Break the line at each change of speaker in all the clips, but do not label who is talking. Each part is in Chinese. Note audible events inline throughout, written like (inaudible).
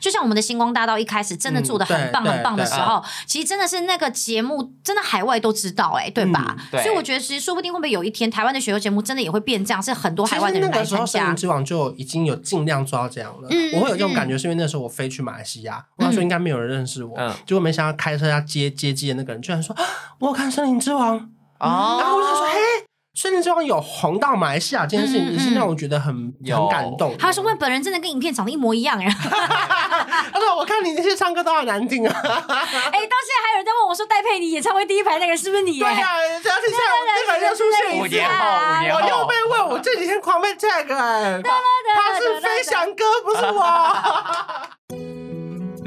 就像我们的星光大道一开始真的做的很棒
嗯对
很棒的
对
时
对
候，其实真的是那个节目真的海外都知道哎、对吧？
嗯
对
所以我觉得其实说不定会不会有一天台湾的选秀节目真的也会变这样，是很多
其
海外的
实
人
那
来
个时候，
参
森林
加。
之王就已经有尽量做到这样了。
嗯
我会有这种感觉，是因为那时候我飞去马来西亚，我那时候应该没有人认识我，
嗯
结果没想到开车要接接机的那个人居然说：“啊我有看《森林之王》。”
哦，
然后我就想说：“哎嘿，《森林之王》有红到马来西亚这件
嗯
事
嗯
情，
嗯
也是让我觉得很
有
很感动。”
他说：“问本人真的跟影片长得一模一样哎、 (laughs)
他说：“我看你那些唱歌都好难听啊。
哎、到现在还有人在问我说戴佩妮演唱会第一排那个人是不是”你、
对
哎 (laughs)
呀，而且现在这个人又出现一次
五年后五年
我
后
又被问，我这几天狂被 tag 哎，他是飞翔哥，不是我。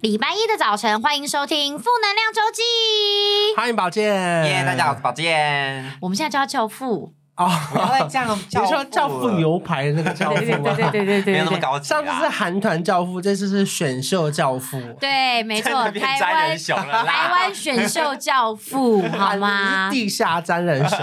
礼拜一的早晨，欢迎收听《负能量周记》。
欢迎宝剑，
耶！大家好，我是宝剑。
我们现在叫他教父，
哦，
不要再这样
你
了
说教父牛排那个教父吗？
啊对对
没有那么。高级啊，
上次是韩团教父，这次是选秀教父。
对，没
真 (laughs)
错，
的变
台
宅
湾
人熊了啦
台湾选秀教父，好吗
你是？地下詹
(laughs)
人雄，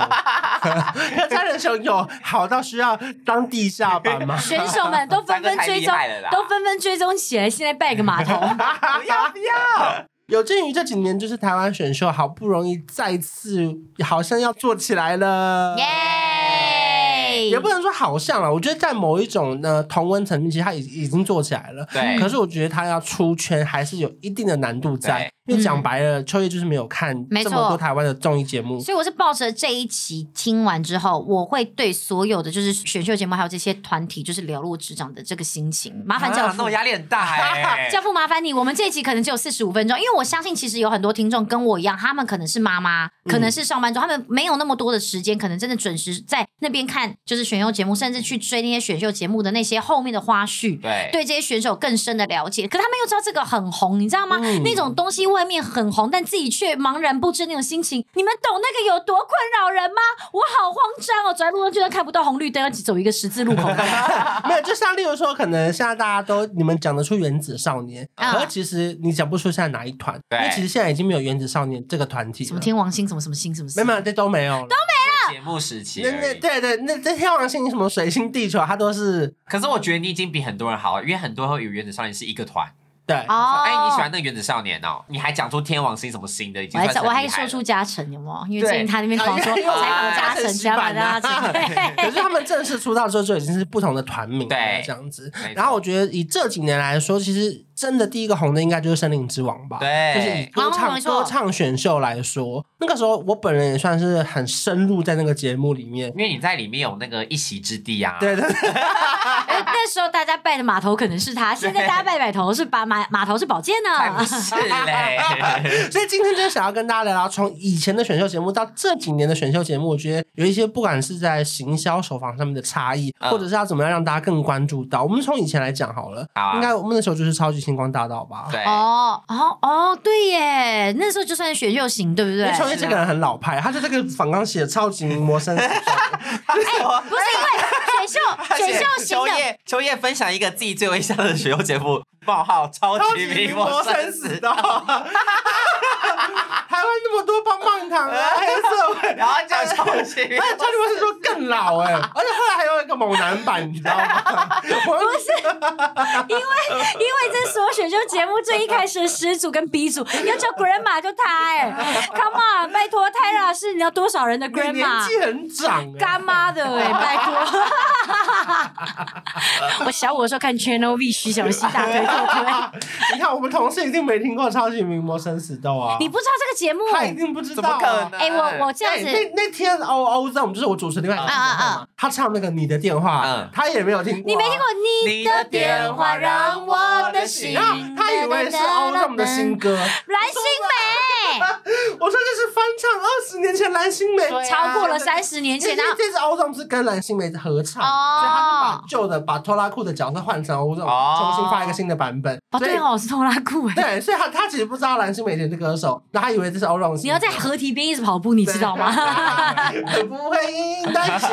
可詹人雄有好到需要当地下版吗？
选手们都纷纷追
三个太厉 (laughs)
踪
害了啦，
都纷纷追踪起来，现在拜个码
(laughs)
头。
不要不要，
有鉴于这几年就是台湾选秀好不容易再次好像要做起来了，
耶！
也不能说好像了，我觉得在某一种呢同温层面，其实它已已经做起来了。
对
可是我觉得它要出圈还是有一定的难度在
对，
因为讲白了，秋叶就是没有看
嗯没
这
错
么多台湾的综艺
(laughs)
节目，
所以我是抱着这一期听完之后，我会对所有的就是选秀节目还有这些团体就是了如指掌的这个心情。麻烦教
啊那
父，。
我压力
(laughs)
很大
(laughs)
哎
教父麻烦你，我们这一集可能只有四十五分钟，因为我相信其实有很多听众跟我一样，他们可能是妈妈，
嗯
可能是上班族，他们没有那么多的时间，可能真的准时在那边看就是选秀节目，甚至去追那些选秀节目的那些后面的花絮。
对
对这些选手更深的了解。可他们又知道这个很红，你知道吗？
嗯
那种东西外面很红，但自己却茫然不知那种心情，你们懂那个有多困扰人吗？我好慌张哦，走在路上居然看不到红绿灯，要走一个十字路
(laughs)
口。
没有，就像例如说，可能现在大家都你们讲得出原子少年，
啊
可是其实你讲不出现在哪一团，因
对
为其实现在已经没有原子少年这个团体
什么
了。
天王星，什么什么星，什么
没
星
有没有，这都没有了，都没。
啊
节目时期而
那
已，
那对对，那这天王星什么水星、地球，它都是
可是我觉得你已经比很多人好，因为很多人会以为原子少年是一个团。
对。
哦
哎，你喜欢那个原子少年哦？你还讲出天王星什么星的，已
我
经
还
算
找
是
我还
很厉害
说
了
出嘉诚有没有？因为
对
最近他那边狂说啊哦
啊因为
采
因为
访嘉诚，
失
想要把
败 (laughs)
大家请。
啊可是他们正式出道之后就已经是不同的团名了
对
这样子
没。错
然后我觉得以这几年来说，其实真的第一个红的应该就是《森林之王》吧。
对
就是以歌
哦
唱
没错
歌唱选秀来说，那个时候我本人也算是很深入在那个节目里面。
因为你在里面有那个一席之地啊。
对对
哎那时候大家拜的码头可能是他，现在大家拜码头是把码码头是宝剑
才哎不
呢。
是
(laughs)
嘞！
哦
所以今天就是想要跟大家聊聊，从以前的选秀节目到这几年的选秀节目，我觉得有一些不管是在行销手法上面的差异，
嗯
或者是要怎么样让大家更关注到。我们从以前来讲好了，
好啊
应该我们那时候就是超级星光大道吧。
(laughs) 对，
哦哦哦，对耶，那时候就算选秀型，对不对
因为？创业这个人很老派，他在这个反纲写超级魔 (laughs) 神，
哎
(laughs)
不是因为选秀选秀型
秋
的
叶秋叶分享一个自己最微笑的选秀节目， (laughs) 冒号超级名模生死
的，台湾那么多棒棒糖
(laughs)
啊，黑社会，
然后叫超级 (laughs) 名模
超级魔神说更老哎，而且后来还有一个猛男版，你知道吗？不是，
因为因为这所有选秀节目最一开始的始祖跟鼻祖，要叫 grandma 就他哎，Come on，拜托泰拉是你要多少人的
你年
grandma？
纪很长哎，
干妈的哎、拜托！ (laughs) 我小五的时候看 Channel V 徐小溪大推特推，
你看我们同事一定没听过超级名模生死斗啊，
你不知道这个节目？
他一定不知
怎
道
么可
啊。
能？
哎、我我这样
哎
子，
那那天 O O 在我们就是我主持另外一个
啊啊啊
嘛，他唱那个你的电话，
嗯
他也没有听过啊、
你没听过
你
你
的
的
电
电
话
话
让
让
我
我
的
的
心
心，
然后啊他以为是 OZON 的
(laughs)
新歌，
蓝心湄，
我说这是翻唱二十年前蓝心湄，
对啊
超过了三十年
因
前，
为
然后
这次 OZON 是跟蓝心湄合唱，
啊哦
所以他是把旧的把拖拉裤的角色换成 OZON，、
哦
重新发一个新的版本。
哦
所以
对哦，是拖拉裤哎，
对，所以他他其实不知道蓝心湄是歌手，那他以为这是 OZON
你
新歌。
要在河堤边一直跑步，你知道
(laughs)
吗？
会不会因
(laughs)
担心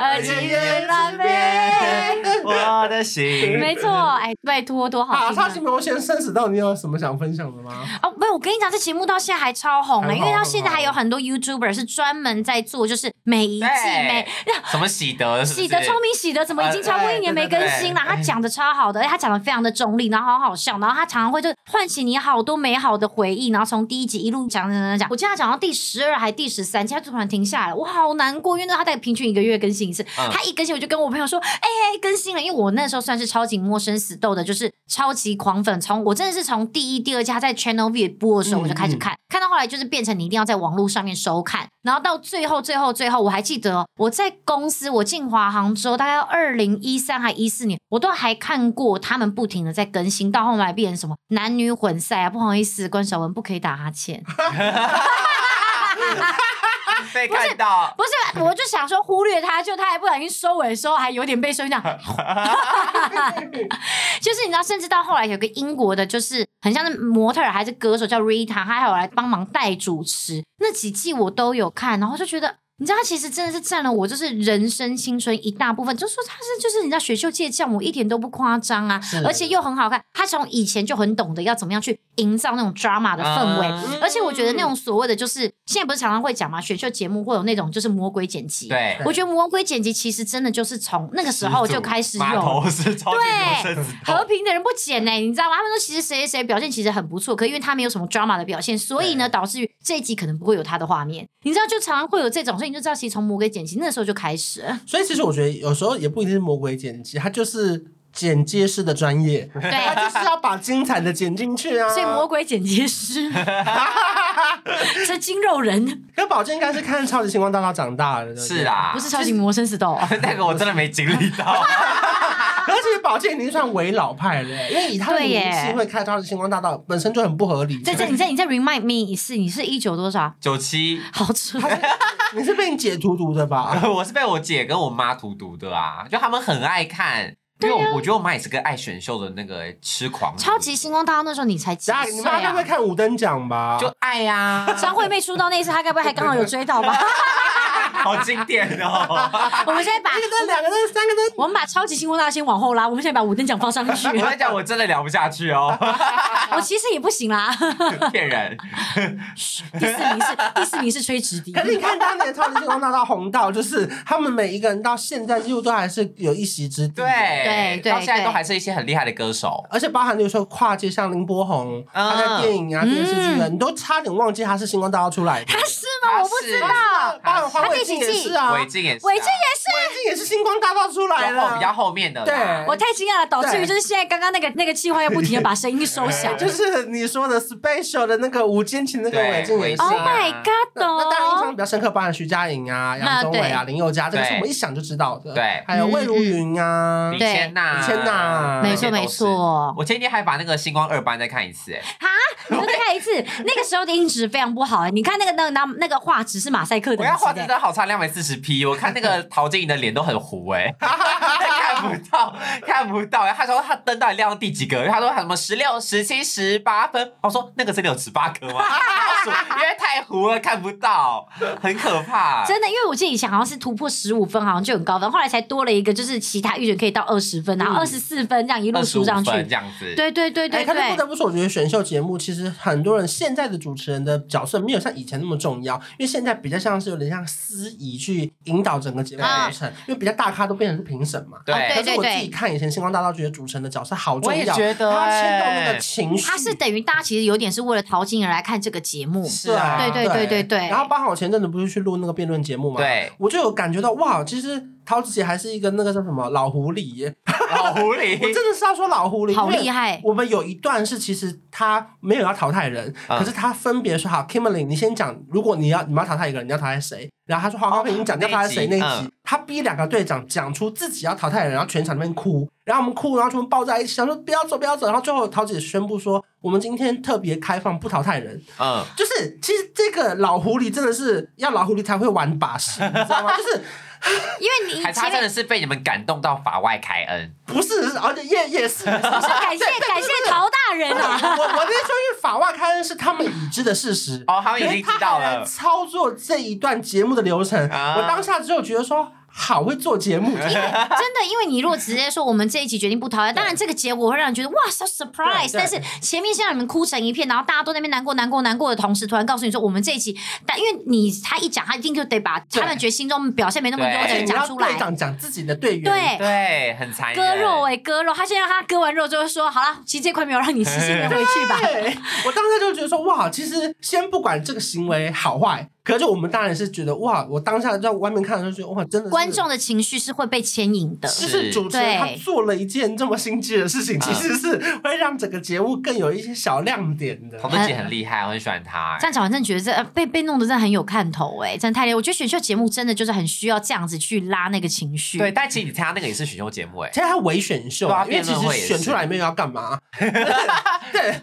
而
情
越
人难
难免
免？
(laughs) 我的心。
没错，哎，拜托，多好
好，
听
超
啊
级！魔仙生死斗，你有什么想分享的吗？
哦，没有，我跟你讲，这节目到现在还超红的，
很好
因为到现在还有很多 YouTuber 是专门在做，就是每一季
对
每
什么喜德是不是？
喜得聪明喜得怎么已经超过一年没更新了？
呃对对对
他讲的超好的，而且他讲的非常的中立，然后好好笑，然后他常常会就唤起你好多美好的回忆，然后从第一集一路讲讲讲讲，我记得他讲到第十二还第十三集，他突然停下来了，我好难过，因为那他大概平均一个月更新一次，
嗯
他一更新我就跟我朋友说，哎、更新了，因为我那时候算是超级陌生死斗的，就是超级狂粉，从我真的是从第一、第二家在 Channel V 播的时候我就开始看，看到后来就是变成你一定要在网络上面收看，然后到最后、最后、最后，我还记得哦我在公司，我进华杭州，大概二零一三还一四年，我都还看过他们不停的在更新，到后来变成什么男女混赛啊，不好意思，关晓雯不可以打哈欠。
被看到，
不是，我就想说忽略他，就他还不小心收尾的时候，还有点被收这样。就是你知道，甚至到后来有个英国的，就是很像是模特儿还是歌手叫 Rita，她还有来帮忙带主持那几季我都有看，然后就觉得。你知道，他其实真的是占了我就是人生青春一大部分。就说他是就是你知道选秀界这样，我一点都不夸张啊
是，
而且又很好看。他从以前就很懂得要怎么样去营造那种 drama 的氛围，
嗯
而且我觉得那种所谓的就是现在不是常常会讲嘛，选秀节目会有那种就是魔鬼剪辑。，
对，
我觉得魔鬼剪辑其实真的就是从那个时候就开始
码
有。
头是超级多生死
和
斗，
平的人不剪呢、你知道吗？他们说其实谁谁谁表现其实很不错，可因为他没有什么 drama 的表现，所以呢，导致于这一集可能不会有他的画面。你知道，就常常会有这种，所以你就知道，其实从魔鬼剪辑那时候就开始了。
所以其实我觉得有时候也不一定是魔鬼剪辑，它就是剪接师的专业，
(laughs) 对，
它就是要把精彩的剪进去啊。
所以魔鬼剪辑
(laughs)
师，这筋肉人
跟宝剑应该是看《超级星光大道》长大的，对不对
是。啦
不，是啊超级魔生死斗、哦。
(laughs) 那个我真的没经历到，
而且宝剑已经算伪老派了，因为以他的
对
名
耶
气会开《超级星光大道》，本身就很不合理。
再再你再你再 remind me 一次，你是一九多少？
九七。 (laughs)
好扯。
你是被你姐荼毒的吧？
我是被我姐跟我妈荼毒的啊，就他们很爱看，因为我,、我觉得我妈也是个爱选秀的那个痴狂，
啊超级星光大道那时候你才几
等下
岁
你妈该不会
啊？
看五等奖吧？
就爱呀、
张惠妹出道那一次，她该不会还刚好有追
(laughs)
到吧？
(laughs) 好经典 (laughs) 哦！
我们现在把
一个灯、两个灯、三个灯，
我们把超级星光大道先往后拉，我们现在把五等奖放上
(laughs)
去。
我在讲，我真的聊不下去哦， (laughs)
我其实也不行啦， (laughs)
骗人。
第四名是第四名是吹直
(laughs)
笛
可，是你看当年《超级星光大道》红到，就是他们每一个人到现在几乎都还是有一席之地。
对，
对对
到现在
对
都还是一些很厉害的歌手。
而且包含就是说跨界，像林柏宏，
嗯
他在电影啊、电视剧啊，你都差点忘记他是星光大道出来的
他。是吗？
她
我不知
是
道。
包含黄
他
伟
第
晋
几
也
季
是啊，
韦静也是、啊，
伟静也是，
伟晋也是星光大道出来
比较后比较
的，
后面的啦，
对
我太惊讶了，导致
对
于就是现在刚刚那个那个计划要不停的把声音收小。
(laughs) 就是你说的 special 的那个无间情那个
对
韦静也是
Oh
是啊
啊。
my god！
那那当然印象
哦
比较深刻，包含徐佳莹啊、杨宗纬啊、
啊
林宥嘉，这个是
对
我们一想就知道的。
对
还有魏如云啊，
李
对
千娜，
李千娜
没错
这些都是
没错
我前天还把那个星光二班再看一次，哎，
哈，你们再看一次，那个时候的音质非常不好哎、你看那个那个那那个画质是马赛克
我
等
要
级
画质
的
真
哎、
的好差，两百四十 P，我看
(laughs)
那个陶晶莹的脸都很糊哎、 (laughs) 看不到，看不到。他说他灯到底亮到第几个？他说他什么十六、十七、十八分。我说那个真的有十八颗吗？ (laughs) 因为太糊了，看不到，很可怕。
真的，因为我记得以前好像是突破十五分，好像就很高分，后来才多了一个，就是其他预选可以到二十分，然后二十四分这样一路
嗯二十五
输上去。
分这样子，
对对对对
哎，可是不
对，
得不说，我觉得选秀节目其实很多人现在的主持人的角色没有像以前那么重要，因为现在比较像是有点像司仪去引导整个节目流程，因为比较大咖都变成是评审嘛。
对
哦
可
啊对
是我自己看以前《星光大道》，觉得主持人的角色好重
我也
要，
觉得
他牵动
哎
那个情绪，
他是等于大家其实有点是为了陶晶莹来看这个节目，
是啊，
对对对对对
然后包好前阵子不是去录那个辩论节目嘛，
对
我就有感觉到哇，其实桃子姐还是一个那个叫什么老狐狸
(laughs)
耶，
老狐
我
狸，
真的是要说老狐狸，
好
因为
厉害。
我们有一段是，其实他没有要淘汰人，
嗯
可是他分别说好，Kimberly，你先讲，如果你要你们要淘汰一个人，你要淘汰谁？然后他说黄浩平，你讲你要淘汰谁
那
那
一
一
集
集
嗯，
他逼两个队长讲出自己要淘汰的人，然后全场那边哭，然后我们哭，然后全部抱在一起，想说不要走，不要走。然后最后桃姐宣布说，我们今天特别开放，不淘汰人。
嗯，
就是其实这个老狐狸真的是要老狐狸才会玩把戏，你知道
(laughs)
吗？就是
因为你
还是
前
他真
面
的是被你们感动到法外开恩，
不是，而且夜夜市。
不是
(laughs)
感谢感谢陶大人
我 (laughs)
啊，
我那时候因为法外开恩是他们已知的事实，
哦，他们已
因为
经
他
知道
还来
了，
操作这一段节目的流程。
啊
我当下只有觉得说，好会做节
(laughs)
目， (laughs)
真的，因为你如果直接说我们这一集决定不淘汰，当然这个结果会让人觉得哇，so surprise，
对
但是
对
前面先让你们哭成一片，然后大家都在那边难过难过难过的同时，突然告诉你说我们这一集，但因为你他一讲，他一定就得把他们觉得心中表现没那么优
而
的
且
人
你要
讲出来
队，长讲自己的队员，
对。
对，很残忍，
割肉哎、割肉！他现在让他割完肉之后说：“好了，其实这块没有让你吃，先回去吧。
对，我当下就觉得说，哇，其实先不管这个行为好坏，可是我们当然是觉得，哇，我当下在外面看的时候，觉得，哇，真的”是
观众的情绪是会被牵引的，
就是主持人他
对
做了一件这么心机的事情，
嗯
其实是会让整个节目更有一些小亮点的。
童子姐很厉害，我很喜欢她
这
欸。
样讲完，真的觉得这呃被被弄得真的很有看头哎、真的太厉害！我觉得选秀节目真的就是很需要这样子去拉那个情绪。
对，但其实你参加那个也是选秀节目哎
其，实他伪选秀啊，因
对
为
啊
其
辩论会
实
也是
选出来没有要干嘛，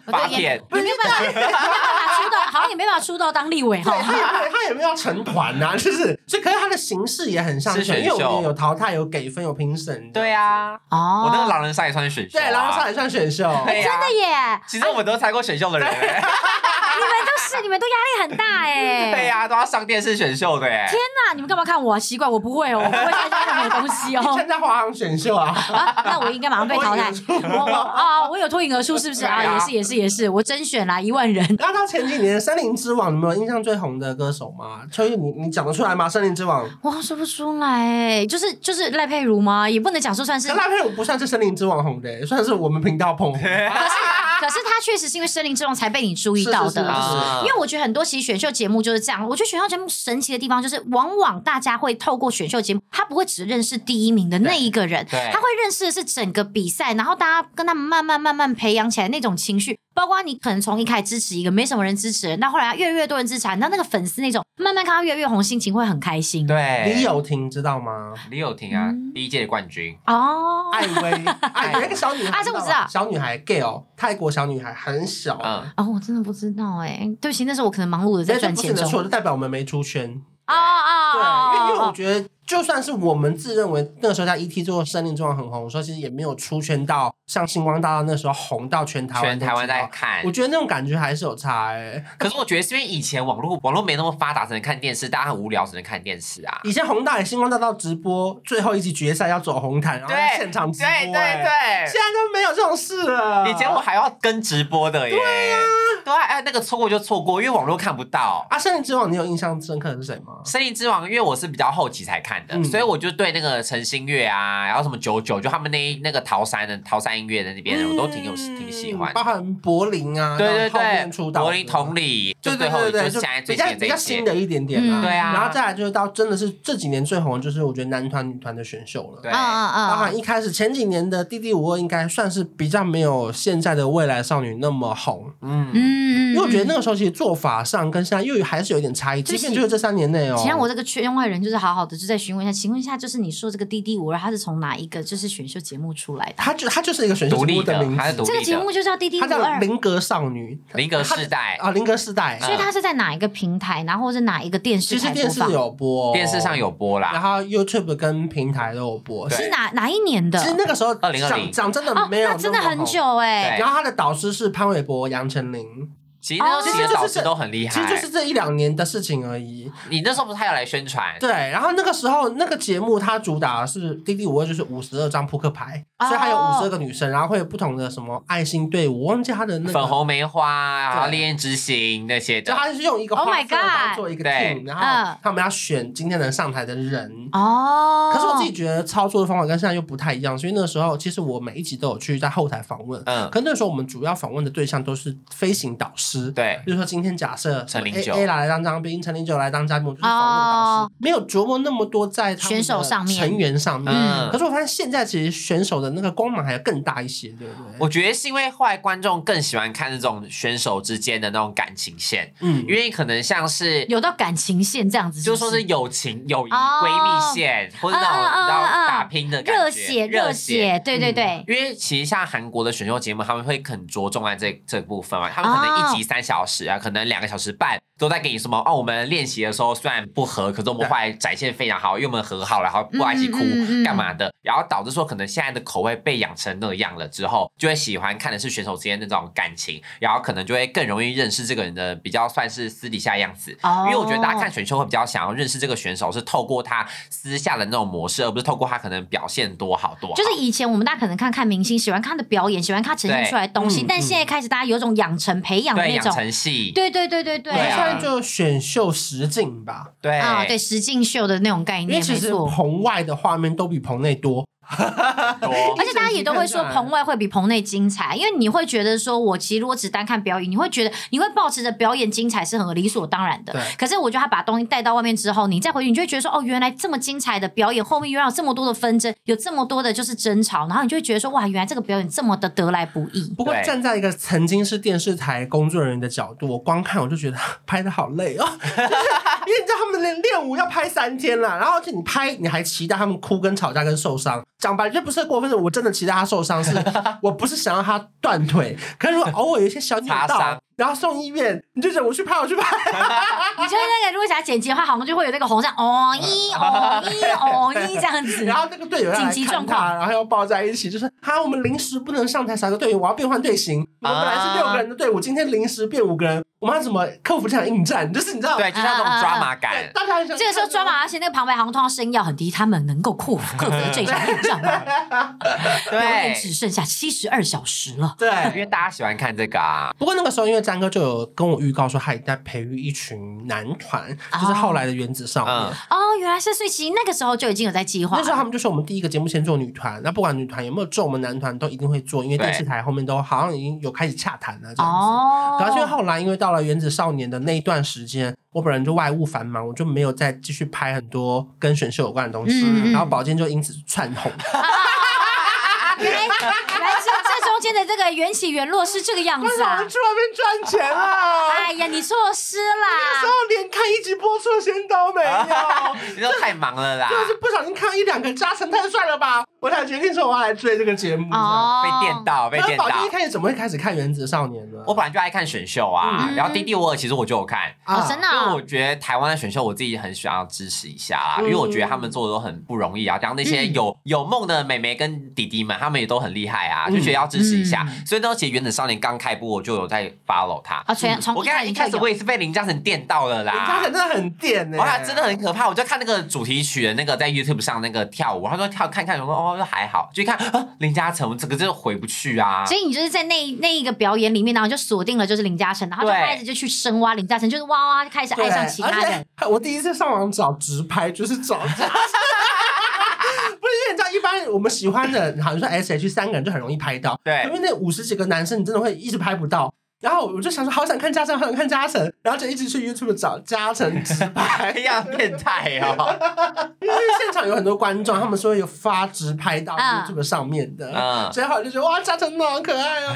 我
发
对也
片
你没有办法，你没有办法出道，好像也没办法出道当立委
对，他
哈。
也没有他也没有要成团呐、就是，所以可是他的形式也很像
是选
因为我
秀
们也有淘汰，有给分，有评审，
对，啊，
哦，
我那个狼人杀也算是选秀
对，
啊，
然后上也算选秀， (laughs)
对
真
啊
的耶，
其实我们都参过选秀的人欸，
你们都是，你们都压力很大哎。
(laughs) 对呀，都要上电视选秀的哎。
那你们干嘛看我啊？奇怪，我不会哦，我不会参加任何东西
你
哦。
(laughs) 参加华航选秀啊，
啊，那我应该马上被淘汰。
脱颖而
我我啊，我有脱颖而出是不是啊？
对啊
也是也是也是，我甄选啦一万人。
然后到前几年《森林之王》，你们有印象最红的歌手吗？秋玉，你你讲得出来吗？《森林之王》
哇，说不出来哎，就是就是赖佩如吗？也不能讲说算是
(laughs) 可是，赖佩如不算是《森林之王》红的、欸算是我们频道捧红。啊
(laughs) 可是可是他确实是因为《森林之王》才被你注意到的。
是是是是
啊
因为我觉得很多其实选秀节目就是这样，我觉得选秀节目神奇的地方就是，往往大家会透过选秀节目，他不会只认识第一名的那一个人，
对对
他会认识的是整个比赛，然后大家跟他们慢慢慢慢培养起来那种情绪，包括你可能从一开始支持一个没什么人支持的人，到后来越来越多人支持他，你知道那个粉丝那种慢慢看他越来越红，心情会很开心。
对，
李友廷知道吗？
李友廷啊，第一届的冠军，
哦，
艾薇，
(laughs)
艾有一个小女孩，
啊这我知道
吧小女孩 gay 哦，泰国小女孩很小，
嗯，
哦，我真的不知道哎、对不起，那时候我可能忙碌的在
这
赚
不是
钱
你的
中。
错，就代表我们没出圈。
哦哦
对，
哦，
因为因为
哦
我觉得，就算是我们自认为那个时候在 ET 做《森林之王》很红的时候，其实也没有出圈到像星光大道那时候红到全台湾
全
都知道。
台湾在看
我。觉得那种感觉还是有差哎、
可是我觉得是因为以前网络网络没那么发达，只能看电视，大家很无聊，只能看电视啊。
以前宏大也星光大道直播最后一集决赛要走红毯，然后在现场直播、
对对
哎
对
现在都没有这种事了。
以前我还要跟直播的耶。对呀、对啊，哎，那个错过就错过，因为网络看不到。
啊，森林之王，你有印象深刻的是谁吗？
森林之王，因为我是比较后期才看的，
嗯
所以我就对那个陈星月啊，然后什么九九，就他们那一那个桃山的桃山音乐的那边的，我都挺有挺喜欢
嗯包
的。
含柏林啊，
对对
然后后面
对，
出道的
柏林同理，就
对
最
对
后
对对，
就是现在
比
最
较
新的这
比
一
较
届
新。的一点点
嗯
啦、
对啊
然后再来就是到真的是这几年最红，的就是我觉得男团女团的选秀了。
对
嗯嗯嗯，
包含一开始前几年的《弟弟五二》应该算是比较没有现在的未来少女那么红，
嗯，
嗯，
因为我觉得那
个。
个时候其实做法上跟现在又还是有点差异，
就是
即便就是这三年内哦、
请让我这个圈外人就是好好的就再询问一下，请问一下，就是你说这个滴滴五二，它是从哪一个就是选秀节目出来的？
他就他就是一个选秀
独
节
立
目
的，
名
还
字
是独，
这个
立
节目
的，
就叫滴滴
他
五
叫《
二，
林格少女
林格世代》
啊，《林格世代》
所以它是在哪一个平台，然后或者哪一个电视
其
台播
实电视
放？
有播，
电视上有播
然
啦。
后 YouTube 跟平台都有播。
对
其
是哪哪一年的？
实那个时候
2020
讲讲真的
哦，
没有，
那真的很。久哎
对。
然后他的导师是潘玮柏、杨丞琳，
其实那时候
哦
请的导师都很厉害，
其实就是这一两年的事情而已。
你那时候不是还有来宣传？
对，然后那个时候那个节目它主打的是《滴滴五二》，就是五十二张扑克牌，
哦
所以它有五十二个女生，然后会有不同的什么爱心队伍，我忘记它的那个
粉，红梅花，然后
对
烈焰之心那些
就
的。
它是用一个
Oh
花
my
色当
God
做一个
对
team，然后
嗯
他们要选今天能上台的人。
哦，
可是我自己觉得操作的方法跟现在又不太一样，所以那个时候其实我每一集都有去在后台访问，
嗯
可那时候我们主要访问的对象都是飞行导师，师。
对
比如说今天假设
陈零
A
九
A 来当嘉宾，陈零九来当嘉宾，我就是访问那个导
哦
师，没有琢磨那么多在他们
选
的
手上面
成员上面。
嗯
可是我发现现在其实选手的那个光芒还要更大一些，对不对？
我觉得是因为后来观众更喜欢看这种选手之间的那种感情线，
嗯
因为可能像是
有到感情线这样子
就是
不
说
是
是友情、友谊、
哦
闺蜜线，或者那
嗯嗯
种
嗯
你知道
嗯嗯
打拼的感觉
热血
热
热血，对对对，
因为其实像韩国的选秀节目，他们会很着重在这这部分嘛，他们可
哦
能一集三小时啊，可能两个小时半都在给你什么哦，我们练习的时候虽然不合，可是我们后来展现非常好，因为我们和好了，然后抱在一起哭
嗯嗯嗯嗯
干嘛的，然后导致说可能现在的口味被养成那样了之后，就会喜欢看的是选手之间那种感情，然后可能就会更容易认识这个人的比较算是私底下样子，
哦
嗯因为我觉得大家看选秀会比较想要认识这个选手是透过他私下的那种模式，而不是透过他可能表现多好多好，
就是以前我们大家可能看看明星，喜欢看他的表演，喜欢看他呈现出来的东西，
对嗯
但现在开始大家有一种养成培养的
对
那
养
种，
成系，
对对对对对
对
现在
啊
就选秀实境吧，
对
啊，对实境秀的那种概
哎因为
念，嗯
其
没
实
错。
棚外的画面都比棚内多，
多
而且大家也都会说棚外会比棚内精彩，因为你会觉得说，我其实如果只单看表演，你会觉得你会保持着表演精彩是很理所当然的
对。
可是我觉得他把东西带到外面之后，你再回去，你就会觉得说，哦，原来这么精彩的表演后面原来有这么多的纷争，有这么多的就是争吵，然后你就会觉得说，哇，原来这个表演这么的得来不易。
不过
对
站在一个曾经是电视台工作人员的角度，我光看我就觉得 (laughs) 拍的好累哦， (laughs) 就是因为你知道他们练练舞要拍三天啦，然后而且你拍你还期待他们哭跟吵架跟受伤，讲白了就不是过分的，我真的期待他受
(laughs)
伤，是我不是想让他断腿，可是如果偶尔有一些小
(laughs)
扭
擦
到
伤，
然后送医院，你就觉得我去拍我去拍，
你就会那个如果想要剪辑的话，好像就会有那个红像哦一哦一哦一这样
(laughs)
子。
然后那个队友要
紧
来
急
看
状
他，
况
然后要抱在一起，就是哈，我们临时不能上台，少个队员，我要变换队形。
啊
我们本来是六个人的队伍，今天临时变五个人，我们要怎么克服这场硬战？ (laughs) 就是你知道，
对，就是
啊
那种抓马
对
感。
大家很
(laughs)
想
这个时候抓马，而且那个旁白好像通常声音要很低，他们能够克服克服这一场
(laughs)
硬仗吗？表演
对，
只剩下七十二小时了。
因为
对。
大家喜欢看这个啊。
不过那个时候，因为詹哥就有跟我预告说，他也在培育一群男团，就是后来的原子少年。
嗯
哦，原来是所以其实那个时候就已经有在计划
那
了。
时候他们就说，我们第一个节目先做女团，那不管女团有没有中，我们男团都一定会做，因为
对
电视台后面都好像已经有开始洽谈了这样子。
哦，
然后因为后来因为到了原子少年的那一段时间，我本人就外务繁忙，我就没有再继续拍很多跟选秀有关的东西。
嗯嗯
然后宝剑就因此窜红，
啊原
(laughs)
来原来这这中间的这个缘起缘落是这个样子啊！
外面赚
(laughs)
钱啊
哎呀，你错失啦！
后连看一集播出的时间都没
(laughs) 你都太忙了啦，
就是不小心看一两个加成太帅了吧，我才决定说我要来追这个节目。
哦，
被电。到，被
这样
电
然后宝剑一
到。
开始怎么会开始看原子少年呢？
我
哦
本来就爱看选秀啊，
嗯
然后《弟弟我尔》其实我就有看。
啊
哦，真的
因为
哦
我觉得台湾的选秀，我自己很想要支持一下啊，因为我觉得
嗯
他们做的都很不容易啊。然后那些有有梦的妹妹跟弟弟们，他们也都很厉害啊，就觉得要支持一下。
嗯
所以那时候其实《原子少年》刚开播，我就有在 follow 他。
啊，全从
我刚才一开始
就有
我也是被林嘉诚电到了啦，
林嘉诚真的很电呢、
哇，哦真的很可怕！我就看那个主题曲的那个在 YouTube 上那个跳舞，他说跳看看，我说哦还好，就一看啊林嘉诚，我整个就回不去啊。
所以你就是在那那一个表演里面，然后你就锁定了就是林嘉诚，然后就
对
开始就去深挖林嘉诚，就是哇哇开始
对
爱上其他人。。
而且我第一次上网找直拍， (laughs) 就是找不是因为你知道，一般我们喜欢的，好像说 S H 三个人就很容易拍到，
对
因为那五十几个男生，你真的会一直拍不到。然后我就想说，好想看嘉诚，好想看嘉诚，然后就一直去 YouTube 找嘉诚直
哎
拍，
呀，变态
(laughs)
哦！
(laughs) 因为现场有很多观众，他们说有发直拍到
嗯
YouTube 上面的，
嗯，
所以后来就觉得哇，嘉诚好可爱
(laughs)
哦。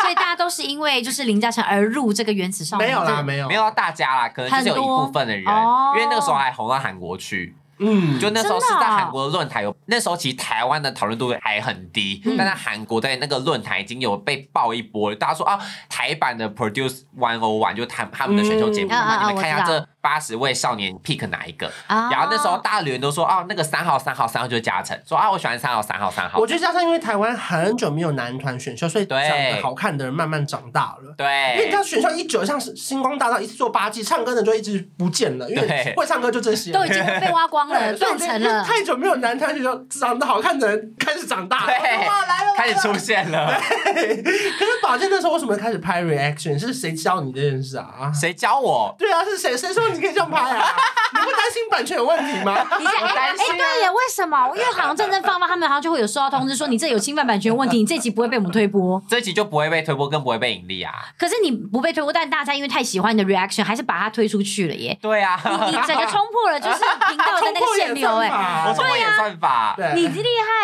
所以大家都是因为就是林嘉诚而入这个原子少年。
没有啦，，没有，
没有到大家啦，可能就是有一部分的人，
很多哦
因为那个时候还红到韩国去，
嗯，
就那时候是
真的
在
哦
韩国的论坛有，那时候其实台湾的讨论度还很低，
嗯
但在韩国在那个论坛已经有被爆一波了，大家说啊，台版的 Produce One O One 就他他们的选秀节目，
嗯
那、
啊啊
你们看一
我
下
知道
这八十位少年 pick 哪一个？
啊
然后那时候大家留言都说啊，那个三号三号三号就是嘉诚，说啊我喜欢三号三号三号
我，觉得加上因为台湾很久没有男团选秀，所以长
对
得好看的人慢慢长大了。因为你
对
知道选秀一久，像是星光大道一次做八季，唱歌的就一直不见了，因为
对
会唱歌就这些。
都已经被挖光光了，
对所以
断
我觉
层
得
了。
太久没有男团体说长得好看的人开始长大了，
对
哇来了，
开始
来了
出现了。
可是宝健那时候为什么开始拍 reaction？是谁教你这件事啊？
谁教我？
对啊，是谁谁说你可以这样拍
(laughs)
啊？你不担心版权有问题吗？
你想
我
哎哎，
担心啊
对耶，为什么？因为好像正正放放，他们好像就会有收到通知说你这有侵犯版权问题，你这集不会被我们推播。
这集就不会被推播，更不会被盈利啊。
可是你不被推播，但大家因为太喜欢你的 reaction，还是把它推出去了耶。
对啊，
你你整个冲破了就是频道的那个限流
(laughs) 冲破演算法
哎，
我怎么演算法？
对，啊
你厉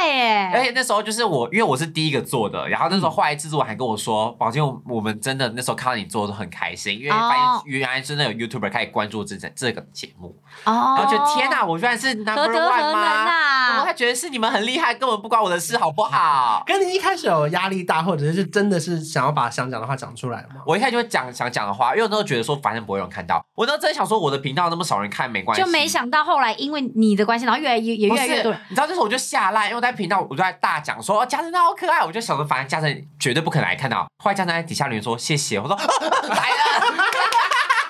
害
而
哎。
且那时候就是我，因为我是第一个做的，然后那时候后来制作人还跟我说，宝健，我我们真的那时候看到你做的都很开心，因为发
哦
现原来真的有 YouTuber 开始关注这这个节目，
哦
然后就天哪，我居然是 number
何德何
one
能
吗？我
啊
还！觉得是你们很厉害，根本不关我的事，好不好？
跟你一开始有压力大，或者是真的是想要把想讲的话讲出来吗？
我一开始就会讲想讲的话，因为我那时候觉得说反正不会有人看到，我那时候真的想说我的频道那么少人看没关系，
就没想到后来因为你的关系，然后越来越也
不
越
是
来越多人。
你知道那时候我就下烂，因为我在频道我就在大讲说哦，嘉诚他好可爱，我就想着反正嘉诚绝对不可能来看到。后来嘉诚在底下留言说谢谢，我说、啊 (laughs) 啊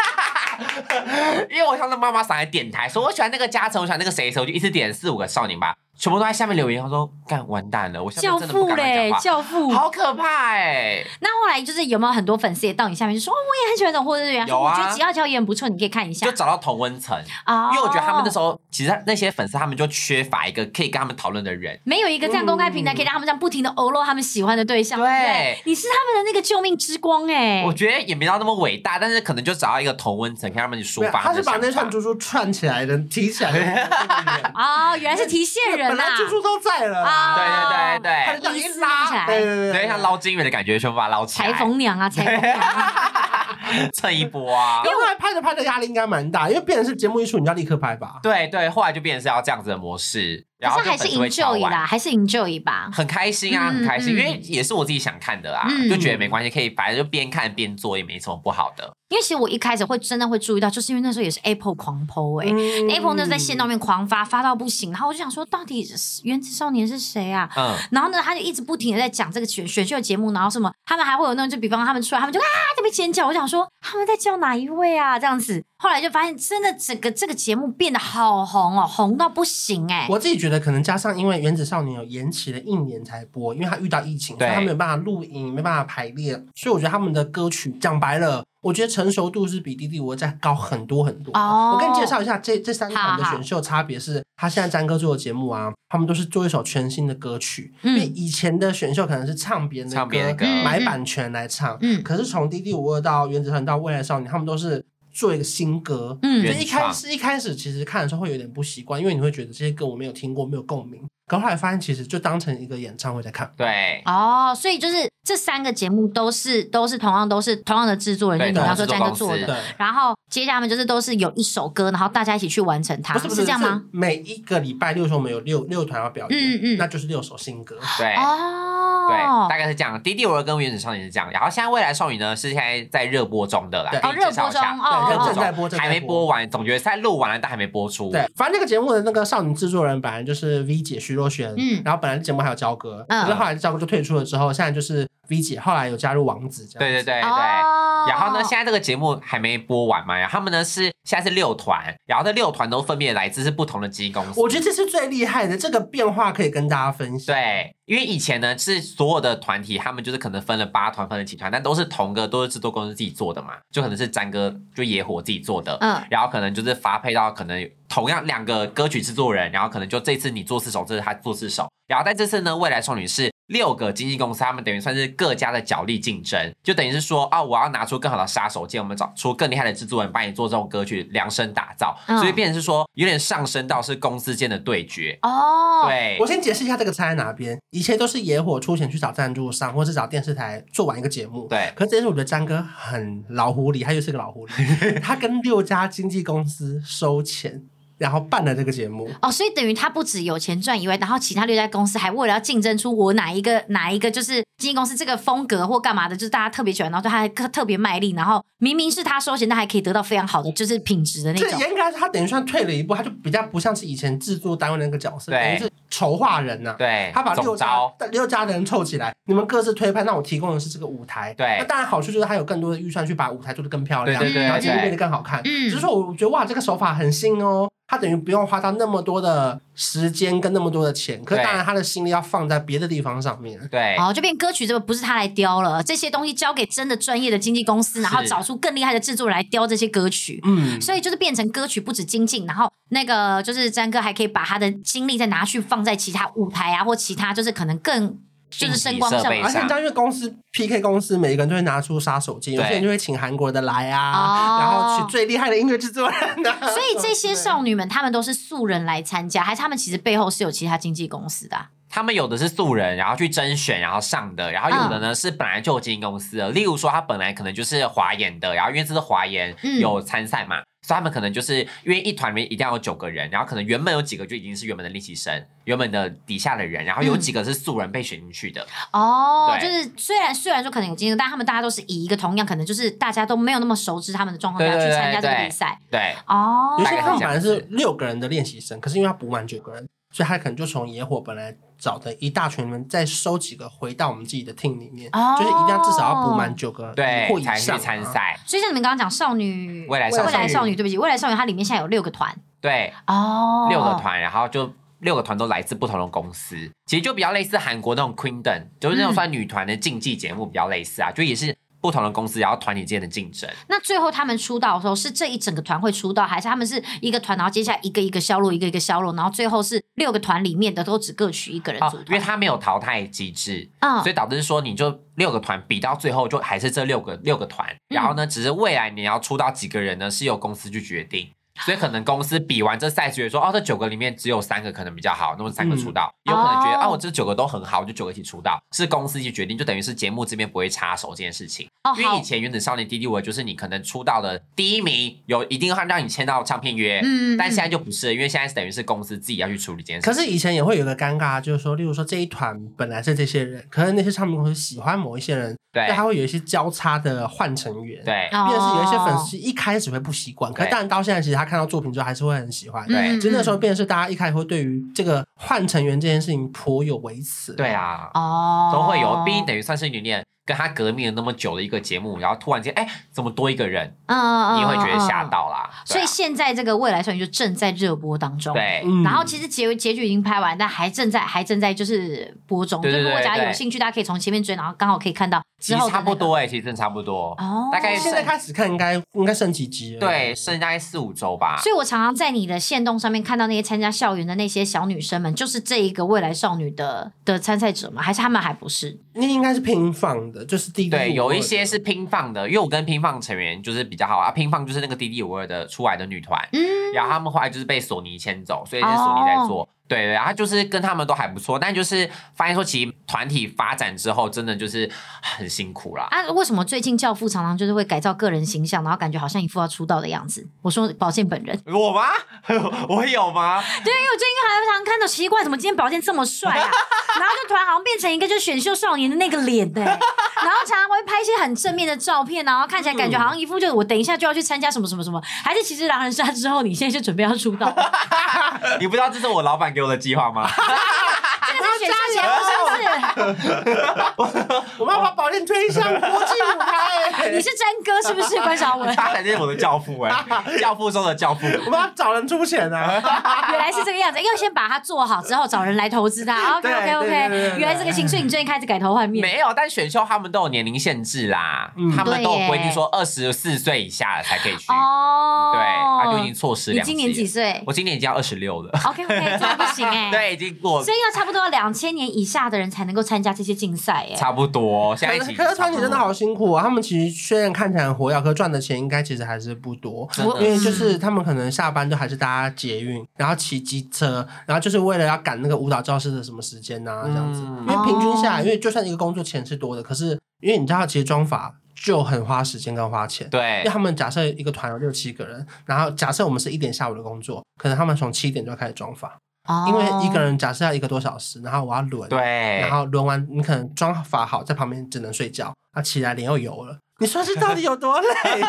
来了，因为我上次妈妈想来点台，说我喜欢那个嘉诚，我喜欢那个谁谁，我就一次点四五个少年吧，全部都在下面留言，他说干完蛋了，我下
教
面真的不
父
敢乱
嘞
讲，话。
教父！
好可怕哎、
那后来就是有没有很多粉丝也到你下面就说，哦我也很喜欢这种或者是原来说
有啊
我觉得吉奥乔也很不错，你可以看一下
就。找到同温层，
哦
因为我觉得他们那时候其实那些粉丝他们就缺乏一个可以跟他们讨论的人，
没有一个这样公开平台可以让他们这样不停的欧露他们喜欢的对象，
对
不你是他们的那个救命之光哎、
我觉得也没到那么伟大，但是可能就找到一个同温层，可以让他们去抒
没有
发
他
们
是
的
把
想法。
那串珠珠串起来的，提起来
(laughs)
的。
哦，原来是提现人
本来
呐、
珠珠都在了啦，
啊
对
他
对
就
对
这样一
一撕起来
拉，对对
对，
对，
有点像捞金鱼的感觉，全部把它捞起来，
裁缝娘啊，裁缝娘，
蹭一波啊
因。为后来拍着拍着压力应该蛮大，因为变成是节目一出，你就要立刻拍吧。
对对，后来就变成是要这样子的模式，然后
可
就是
还是
粉丝会敲
enjoy
碗
啦，还是 enjoy 吧。
很开心啊，
嗯
很开心，
嗯
因为也是我自己想看的啊，
嗯
就觉得没关系，可以反正就边看边做，也没什么不好的。
因为其实我一开始会真的会注意到，就是因为那时候也是 Apple 狂剖哎、
嗯
Apple 那时候在线上面狂发，发到不行，然后我就想说，到底是原子少年是谁啊？
嗯，
然后呢，他就一直不停的在讲这个选选秀节目，然后什么，他们还会有那种，就比方他们出来，他们就啊在那边尖叫，我想说他们在叫哪一位啊这样子。后来就发现，真的整个这个节目变得好红哦，红到不行哎、
我自己觉得可能加上因为《原子少年》有延期了一年才播，因为他遇到疫情，所
对
以他没有办法录影，没办法排列，所以我觉得他们的歌曲讲白了，我觉得成熟度是比《弟弟我》在高很多很多。
哦
我跟你介绍一下这这三款的
好好
选秀差别是，他现在詹哥做的节目啊，他们都是做一首全新的歌曲，
嗯
因为以前的选秀可能是唱别人的
唱别人的
歌，
歌
嗯
买版权来唱，
嗯
可是从《弟弟我》到《原子少年》到《未来少年》，他们都是做一个新歌，
嗯
就
原
一开始一开始其实看的时候会有点不习惯，因为你会觉得这些歌我没有听过，没有共鸣。可后来发现其实就当成一个演唱会在看。
对，
哦，所以就是这三个节目都是都是同样都是同样的制作人，就
对
你刚刚说
同
詹
样
哥
的制作
做
公司
的。
对，
然后接下来他们就是都是有一首歌，然后大家一起去完成它，
不是不是
这样吗？？
是每一个礼拜六的时候我们有六六团要表演，
嗯嗯
那就是六首新歌。
对。对，
哦
大，概是这样。迪迪我跟原子少女是这样，然后现在未来少女呢是现在在热播中的啦，
对
可以
哦热播
介绍一下
中哦
对热
哦
正在播正在播
中还没播完，总决赛录完了但还没播出。
对，反正那个节目的那个少女制作人本来就是 V 姐徐若瑄，
嗯
然后本来节目还有焦哥，
嗯
可是后来焦哥就退出了之后，现在就是 V 姐，后来有加入王子这样。
对对对对。
哦
然后呢，现在这个节目还没播完嘛，然后他们呢是现在是六团，然后这六团都分别来自是不同的基金公司。
我觉得这是最厉害的，这个变化可以跟大家分享。
对，因为以前呢是所有的团体，他们就是可能分了八团，分了几团，但都是同个都是制作公司自己做的嘛，就可能是詹哥就野火自己做的，
嗯
然后可能就是发配到可能同样两个歌曲制作人，然后可能就这次你做四首，这次他做四首，然后但这次呢，未来少女是六个经纪公司，他们等于算是各家的角力竞争，就等于是说啊，我要拿出更好的杀手锏，我们找出更厉害的制作人帮你做这种歌曲量身打造，
嗯
所以变成是说有点上升到是公司间的对决，
哦，
对
我。先解释一下这个差在哪边，以前都是野火出钱去找赞助商，或是找电视台做完一个节目。
对
可是这次我觉得詹哥很老狐狸，他又是个老狐
(laughs)
狸，他跟六家经纪公司收钱，然后办了这个节目。
哦，所以等于他不止有钱赚以外，然后其他六家公司还为了要竞争出我哪一个哪一个就是经纪公司这个风格或干嘛的，就是大家特别喜欢，然后对他还特特别卖力，然后明明是他收钱，但还可以得到非常好的就是品质的那
这
种。
严格来说，他等于算退了一步，他就比较不像是以前制作单位那个角色，
对
等于是筹划人啊呐、
对，
他把六
哎总
家
招，
六家的人凑起来，你们各自推派，那我提供的是这个舞台。
对
那当然好处就是他有更多的预算去把舞台做得更漂亮，
对对对
然后
对
节目
对
变得更好看。
嗯
只是说我觉得哇，这个手法很新哦。他等于不用花到那么多的时间跟那么多的钱，可是
对
当然他的心力要放在别的地方上面。
对，
哦，就变歌曲这个不是他来雕了，这些东西交给真的专业的经纪公司，然后
是
找出更厉害的制作人来雕这些歌曲。
嗯，
啊
所以就是变成歌曲不止精进，然后那个就是詹哥还可以把他的精力再拿去放在其他舞台啊，或其他就是可能更就是声光
竞
上
技设备
而且你知道，因为公司 PK 公司，每一个人都会拿出杀手锏，有
对
些人就会请韩国的来
哦
啊，然后请最厉害的音乐制作人啊。
所
嗯
以这些少女们她们都是素人来参加，还是她们其实背后是有其他经纪公司的啊、
他们有的是素人，然后去甄选，然后上的，然后
嗯
有的呢、是本来就有经纪公司的，例如说他本来可能就是华研的，然后因为这是华研
嗯
有参赛嘛，所以他们可能就是因为一团里面一定要有九个人，然后可能原本有几个就已经是原本的练习生，原本的底下的人，然后有几个是素人被选进去的，
嗯
哦，就
对
是虽然虽然说可能有经历，但他们大家都是以一个同样，可能就是大家都没有那么熟知他们的状况下
对对
去
对
参加这个
对
比赛。
对，
哦，
有
大
些
概
他们本
是这样
来是六个人的练习生，可是因为他补满九个人，所以他可能就从野火本来找的一大群人，再收几个回到我们自己的 team 里面，
哦
就是一定要至少要补满九个
哦对
或以
才去
上啊
参。赛，
所以像你们刚刚讲少女
未来少
未
女
来少女，对不起，未来少女它里面现在有六个团
对，
哦，
六个团，然后就六个团都来自不同的公司，其实就比较类似韩国那种 Queendom，就是那
嗯
种算女团的竞技节目比较类似啊，就也是不同的公司，然后团体之间的竞争。
那最后他们出道的时候，是这一整个团会出道，还是他们是一个团，然后接下来一个一个销路，一个一个销路，然后最后是六个团里面的都只各取一个人
哦
组，
因为
团？
它没有淘汰机制，
嗯
所以导致说你就六个团比到最后就还是这六个六个团，
嗯
然后呢，只是未来你要出到几个人呢，是由公司去决定。
啊
所以可能公司比完这赛事，觉得说哦，这九个里面只有三个可能比较好，那么三个出道，也有可能觉得
哦
哦我这九个都很好，我就九个一起出道，是公司去决定，就等于是节目这边不会插手这件事情。
哦，
因为以
好，
前原子少年 DD 我就是你可能出道的第一名，有一定会让你签到唱片约，
嗯
但现在就不是，因为现在是等于是公司自己要去处理这件事
可
情。
是以前也会有一个尴尬，就是说，例如说这一团本来是这些人，可是那些唱片公司喜欢某一些人，
对
那他会有一些交叉的换成员，，
对
哦
变成是有一些粉丝一开始会不习惯，可是
对
但到现在其实他看到作品之后还是会很喜欢。
对
嗯
其实那时候变成是大家一开始会对于这个换成员这件事情颇有微词，
对啊，
哦，
都会有，毕竟等于算是你念跟他革命了那么久的一个节目，然后突然间哎、怎么多一个人，
嗯，嗯
你也会觉得吓。
嗯嗯嗯
到啦。
所以现在这个未来少女就正在热播当中，
对啊、对。
嗯
然后其实结结局已经拍完，但还正在还正在就是播中。
对对
就如果
对
大家有
对
兴趣，大家可以从前面追，然后刚好可以看到之
其
后
实
的
差不
那个
多哎、其实真的差不多，
哦，
大概
现在开始看应该应该剩几集了？
对，剩大概四五周吧。
所以我常常在你的线动上面看到那些参加校园的那些小女生们，就是这一个未来少女的的参赛者吗？还是他们还不是？
那应该是拼放的，就是第一
对，有一些是拼放的，因为我跟拼放成员就是比较好啊，拼放就是那个 D D 五二的出来的女团，
嗯，哦
然后他们后来就是被索尼签走，所以是索尼在做。对，然后就是跟他们都还不错，但就是发现说，其实团体发展之后，真的就是很辛苦啦。
啊，为什么最近教父常常就是会改造个人形象，然后感觉好像一副要出道的样子？我说宝剑本人，
我吗？ (laughs) 我有吗？
对，因为我最近还常常看到奇怪，怎么今天宝剑这么帅啊？然后就突然好像变成一个就是选秀少年的那个脸呢、然后常常会拍一些很正面的照片，然后看起来感觉好
嗯
像一副就是我等一下就要去参加什么什么什么，还是其实狼人杀之后你现在就准备要出道了？
你不知道这是我老板给我的计
(laughs)
划吗？
这个是选秀节目是不是？
(laughs)
我们要把宝剑推向国际舞台、
(laughs)
你是真哥是不是，关晓雯？
他才是我的教父哎、
(laughs)
教父中的教父。
我们要找人出钱
(laughs)
啊！
原来是这个样子，要先把它做好之后，找人来投资它。OK
对
OK
对对对
OK，
对
原来这个情绪你最近开始改头换面。
没有，但选秀他们都有年龄限制啦，
嗯
他
对
们都有
耶
规定说二十四岁以下才可以去。
哦，
对，他就已经错失
你
两。
今年几？岁
我今年已经要二十六了。
？OK
(laughs)
OK，这样不行哎。，
对，已经过
哦
所以要差不多两千年以下的人才能够参加这些竞赛哎。
差不多，现在一
可
起
是可是团体真的好辛苦啊！他们其实虽然看起来很活跃，可是赚的钱应该其实还是不多，
真的嗯
因为就是他们可能下班都还是搭捷运，然后骑机车，然后就是为了要赶那个舞蹈教室的什么时间啊，这样子。
嗯
因为平均下来，
哦
因为就算一个工作钱是多的，可是因为你知道，其实妆法就很花时间跟花钱。因为
对
他们假设一个团有六七个人，然后假设我们是一点下午的工作，可能他们从七点就要开始妆发，
哦
因为一个人假设要一个多小时，然后我要轮，
对，
然后轮完你可能妆发好，在旁边只能睡觉，啊起来脸又油了，你说这到底有
(laughs)
多累？
哦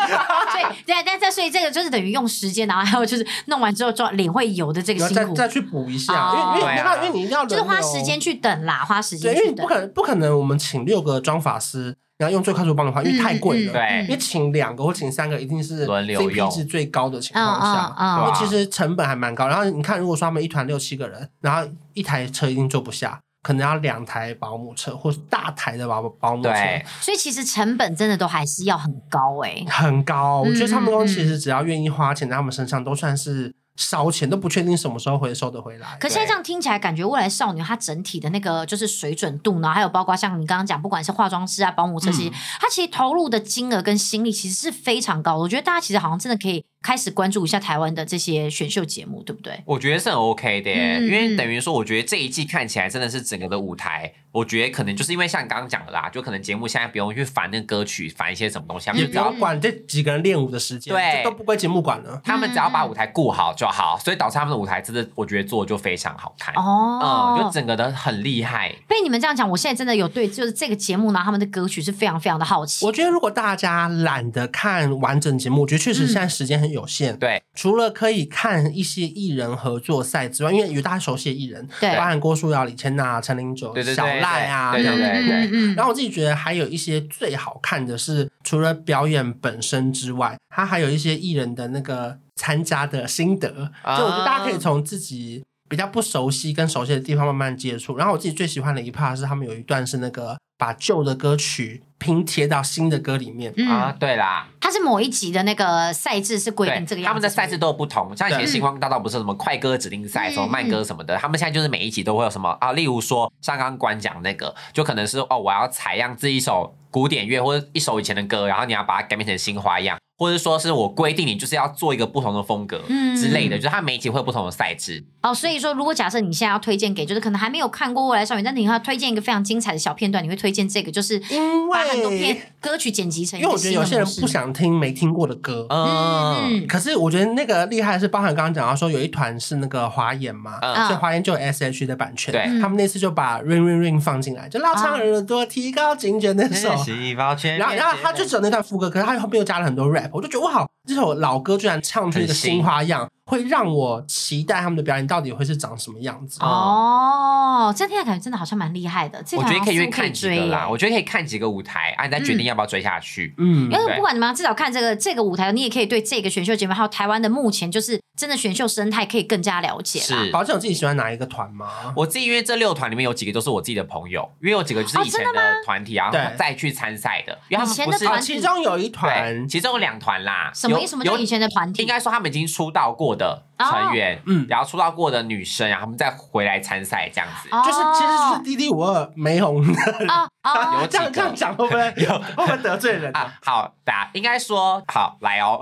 所以对，但但所以这个就是等于用时间，然后还有就是弄完之后妆脸会油的这个
然后
辛
再
苦，
再去补一
哦
下，因为因为你
对
没
啊
办法，因为你一定要
就是
轮
花
流
时间。去等啦，花时间
对，因为
去
你
等。
不可能不可能，我们请六个妆发师，你要用最快速帮的话，因为太贵
嗯嗯
了。
嗯
对
你请两个或请三个，一定是
轮流用
CP 值最高的情
嗯
况下
嗯，嗯
对
因
吧
为其实成本还蛮高。然后你看，如果说他们一团六七个人，然后一台车一定坐不下，可能要两台保姆车或是大台的保姆保姆车，
对，
所以其实成本真的都还是要很高哎、
很高。哦我觉得他们公司
嗯嗯嗯
其实只要愿意花钱在他们身上，都算是烧钱，都不确定什么时候回收得回来。
可现在这样听起来，感觉未来少女她整体的那个就是水准度呢，还有包括像你刚刚讲，不管是化妆师啊、保姆
嗯
这些，她其实投入的金额跟心力其实是非常高的。我觉得大家其实好像真的可以开始关注一下台湾的这些选秀节目，对不对？
我觉得是很 OK 的耶，
嗯
因为
嗯
等于说，我觉得这一季看起来真的是整个的舞台，我觉得可能就是因为像你刚刚讲的啦，就可能节目现在不用去烦那个歌曲，烦一些什么东西，他们
也
嗯
就
不
只要
要管这几个人练舞的时间，
对
这都不归节目管了。
他
嗯
们只要把舞台顾好就好，所以导致他们的舞台真的，我觉得做得就非常好看，
哦，
嗯，就整个的很厉害。
被你们这样讲，我现在真的有对就是这个节目呢，他们的歌曲是非常非常的好奇。
我觉得如果大家懒得看完整节目，我觉得确
嗯
实现在时间很有限。
对，
除了可以看一些艺人合作赛之外，因为有大家熟悉的艺人，
对
包含郭书瑶、李千娜、陈零九
对、对对
小赖啊
对
这
对
样
对
子。
对对
嗯
然后我自己觉得还有一些最好看的是，除了表演本身之外，它还有一些艺人的那个参加的心得，
啊
就我觉得大家可以从自己。比较不熟悉跟熟悉的地方慢慢接触，然后我自己最喜欢的一 part 是他们有一段是那个把旧的歌曲拼贴到新的歌里面，
嗯
啊，对啦，
它是某一集的那个赛制是规
对
定这个，样子，
他们的赛
是不
事
是
都有不同，像以前
对
星光大道不是有什么快歌指定赛、
嗯
什么慢歌什么的，他们现在就是每一集都会有什么啊，例如说像刚刚关讲那个，就可能是哦，我要采样自己一首古典乐或者一首以前的歌，然后你要把它改变成新花样，或者说是我规定你就是要做一个不同的风格
嗯
之类的，就是它每一集会有不同的赛制，
哦，所以说，如果假设你现在要推荐给，就是可能还没有看过《未来少女》，但你要推荐一个非常精彩的小片段，你会推荐这个，就是
因
把很多
为
片歌曲剪辑成一
因为
个
我觉
新
得
的模
有
式。
些人不想听没听过的歌，
嗯，
嗯，
可是我觉得那个厉害的是，包含刚刚讲到说有一团是那个华研嘛，
嗯
所以华研就有 S H E 的版权，
对
他们那次就把 Ring Ring Ring 放进来，就拉
啊
长耳朵，提高警觉那首。
洗包圈
然后，然后他就只有那段副歌，可是他后面又加了很多 rap，我就觉得哇，好这首老歌居然唱出一个
很新
新花样，会让我期待他们的表演到底会是长什么样子。
哦，这样听起来感觉真的好像蛮厉害的。这
我
个
觉得
好
可
像
以
似
去
乎
看几
追啊
个啦，
耶
我觉得可以看几个舞台，啊，你再决定要不要追下去。
嗯
因，为
对
不管你们至少看这个这个舞台，你也可以对这个选秀节目还有台湾的目前就是真的选秀生态可以更加了解啦。
是，
宝姐有自己喜欢哪一个团吗？
我自己因为这六团里面有几个都是我自己的朋友，因为有几个
哦
就是以前的团体啊，
对
然后再去参赛的，因为他
以前的
们不是
团
啊，
体
其中有一团
对，，其中有两团啦，
什么
有
意思？什么叫以前的团
有应
体？哦
该说他们已经出道过的成员，
嗯，
然后出道过的女生，然后他们再回来参赛这样子。
哦
就是其实就是 D D 五二没红的，
哦哦，
有
这样
几个
这样讲会不会
有
会不会得罪人啊？
啊，好的，应该说好来哦。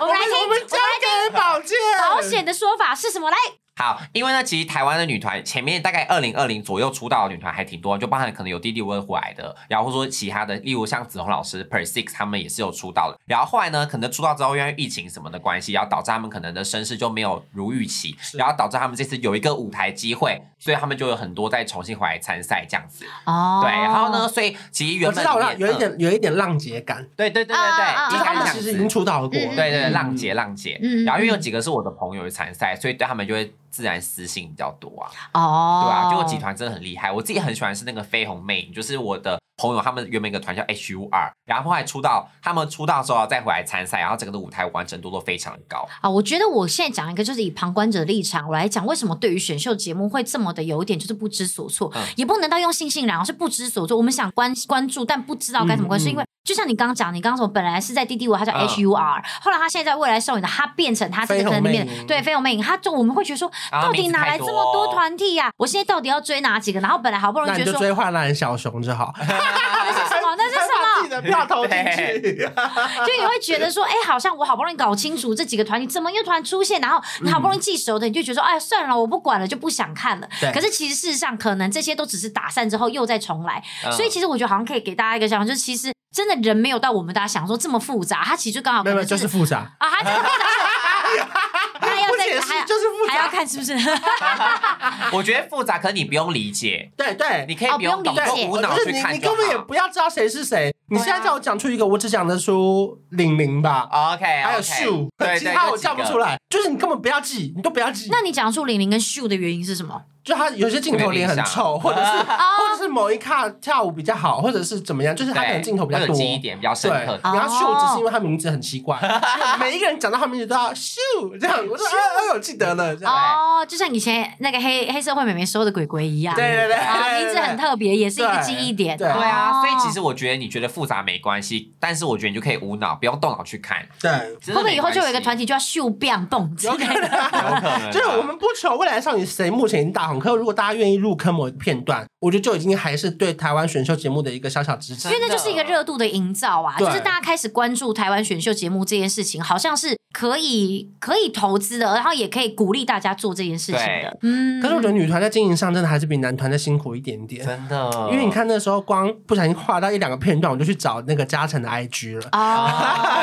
我们来听
(laughs) 我们交给宝剑，
保险的说法是什么？来，
好，因为呢，其实台湾的女团前面大概二零二零左右出道的女团还挺多，就包含可能有弟弟温回来的，然后说其他的，例如像子红老师、Per Six 他们也是有出道的。然后后来呢，可能出道之后因为疫情什么的关系，然后导致他们可能的声势就没有如预期，然后导致他们这次有一个舞台机会，所以他们就有很多再重新回来参赛这样子。
哦，
对，然后呢，？所以其实原
我
本
知道，我知道嗯
里面
有一，点有一点浪姐感，
嗯对对对对
啊啊
对，
就是
应
他
该这
们
样
其实已
子
经出道了过了，
对对对，
嗯
浪姐浪姐
嗯嗯，
然后因为有几个是我的朋友去参赛，所以对他们就会自然私信比较多啊，
哦，
对啊，就我集团真的很厉害，我自己很喜欢是那个绯红魅影，就是我的朋友他们原本一个团叫 H U R，然后后来出道，他们出道之后再回来参赛，然后整个的舞台完成度都非常的高，嗯
啊，我觉得我现在讲一个，就是以旁观者的立场我来讲，为什么对于选秀节目会这么的有一点就是不知所措，
嗯
也不能到用悻悻然，而是不知所措。我们想关关注，但不知道该怎么关注，
嗯嗯
因为就像你刚刚讲，你刚刚说本来是在 D D 五，他叫
嗯
H U R，、后来他现在在未来少女的，他变成他这个
绯红
坑里面
魅影
对飞鸿魅影，他就我们会觉得说，
啊
到底
名字
哪
太
来这
多
么多
哦
团体呀、我现在到底要追哪几个？然后本来好不容
那
易
你
觉得说，
就
啊
追坏烂小熊就好，
那是什么？那是什么？
把自己的票投进去， (laughs)
就你会觉得说，哎、好像我好不容易搞清楚这几个团体，怎么又突然出现？然后你好不容易记熟的，你就觉得说，哎，算了，我不管了，就不想看了
对。
可是其实事实上，可能这些都只是打散之后又再重来。
嗯
所以其实我觉得好像可以给大家一个想法，就是其实真的人没有到我们大家想说这么复杂，他哦其实就刚好
没
可
有没
能
有就是
是
复杂，
啊，
(laughs)
他这个复杂。还要
不
再
解释
还要
就是复
还要
杂，
看是不是？
我觉得复杂，可是你不用理解，
对对
你可以
哦
不用
不
懂，
用理
就
解
无脑
就是
去
你
看
你
就
根本也
好。
不要知道谁是谁，你
啊
现在叫我讲出一个，我只讲得出玲玲吧，
OK，
还有
OK，
秀，
对
其
对，
他
有
我
几
叫不
个
出来，就是你根本不要记，你都不要记。
那你讲述玲玲跟秀的原因是什
(laughs)
么？
就他有些镜头脸很臭，或者是
啊
或者是某一卡跳舞比较好，或者是怎么样，就是他可能
对，
镜头比较
会有
多。
记忆点比较深
对，
刻。
然后秀只是因为他名字很奇
(laughs)
怪，每一个人讲到他名字都要秀这样，我说啊，哦我记得了，
(laughs)
这样。
哦，就像以前那个黑黑社会妹妹收的鬼鬼一样，
对对对
啊，
对对
名字很特别，也是一个记忆点。哦
对
对啊，所以其
实
实我觉得你觉得复杂没关系，但是我觉得你就可以无脑，不用动脑去看。
对，
会不会以后就有一个团
体？
体就叫秀变蹦之
有
类
可
的？
有可
能。
能啊
就是我们不求未来少女谁目前已经大红，可如果大家愿意入坑某一个片段，我觉得就已经还是对台湾选秀节目的一个小小支持
因。为那就是一个热度的营造啊，
对
就是大家开始关注台湾选秀节目这件事情，好像是可以可以投资的，然后也可以鼓励大家做这件事情的。嗯，
可是我觉得女团在经营上真的还是比男团再辛苦一点点。
真的，
因为你看那时候光不小心画到一两个片段，我就去找那个嘉诚的 IG 了。嗯
哦，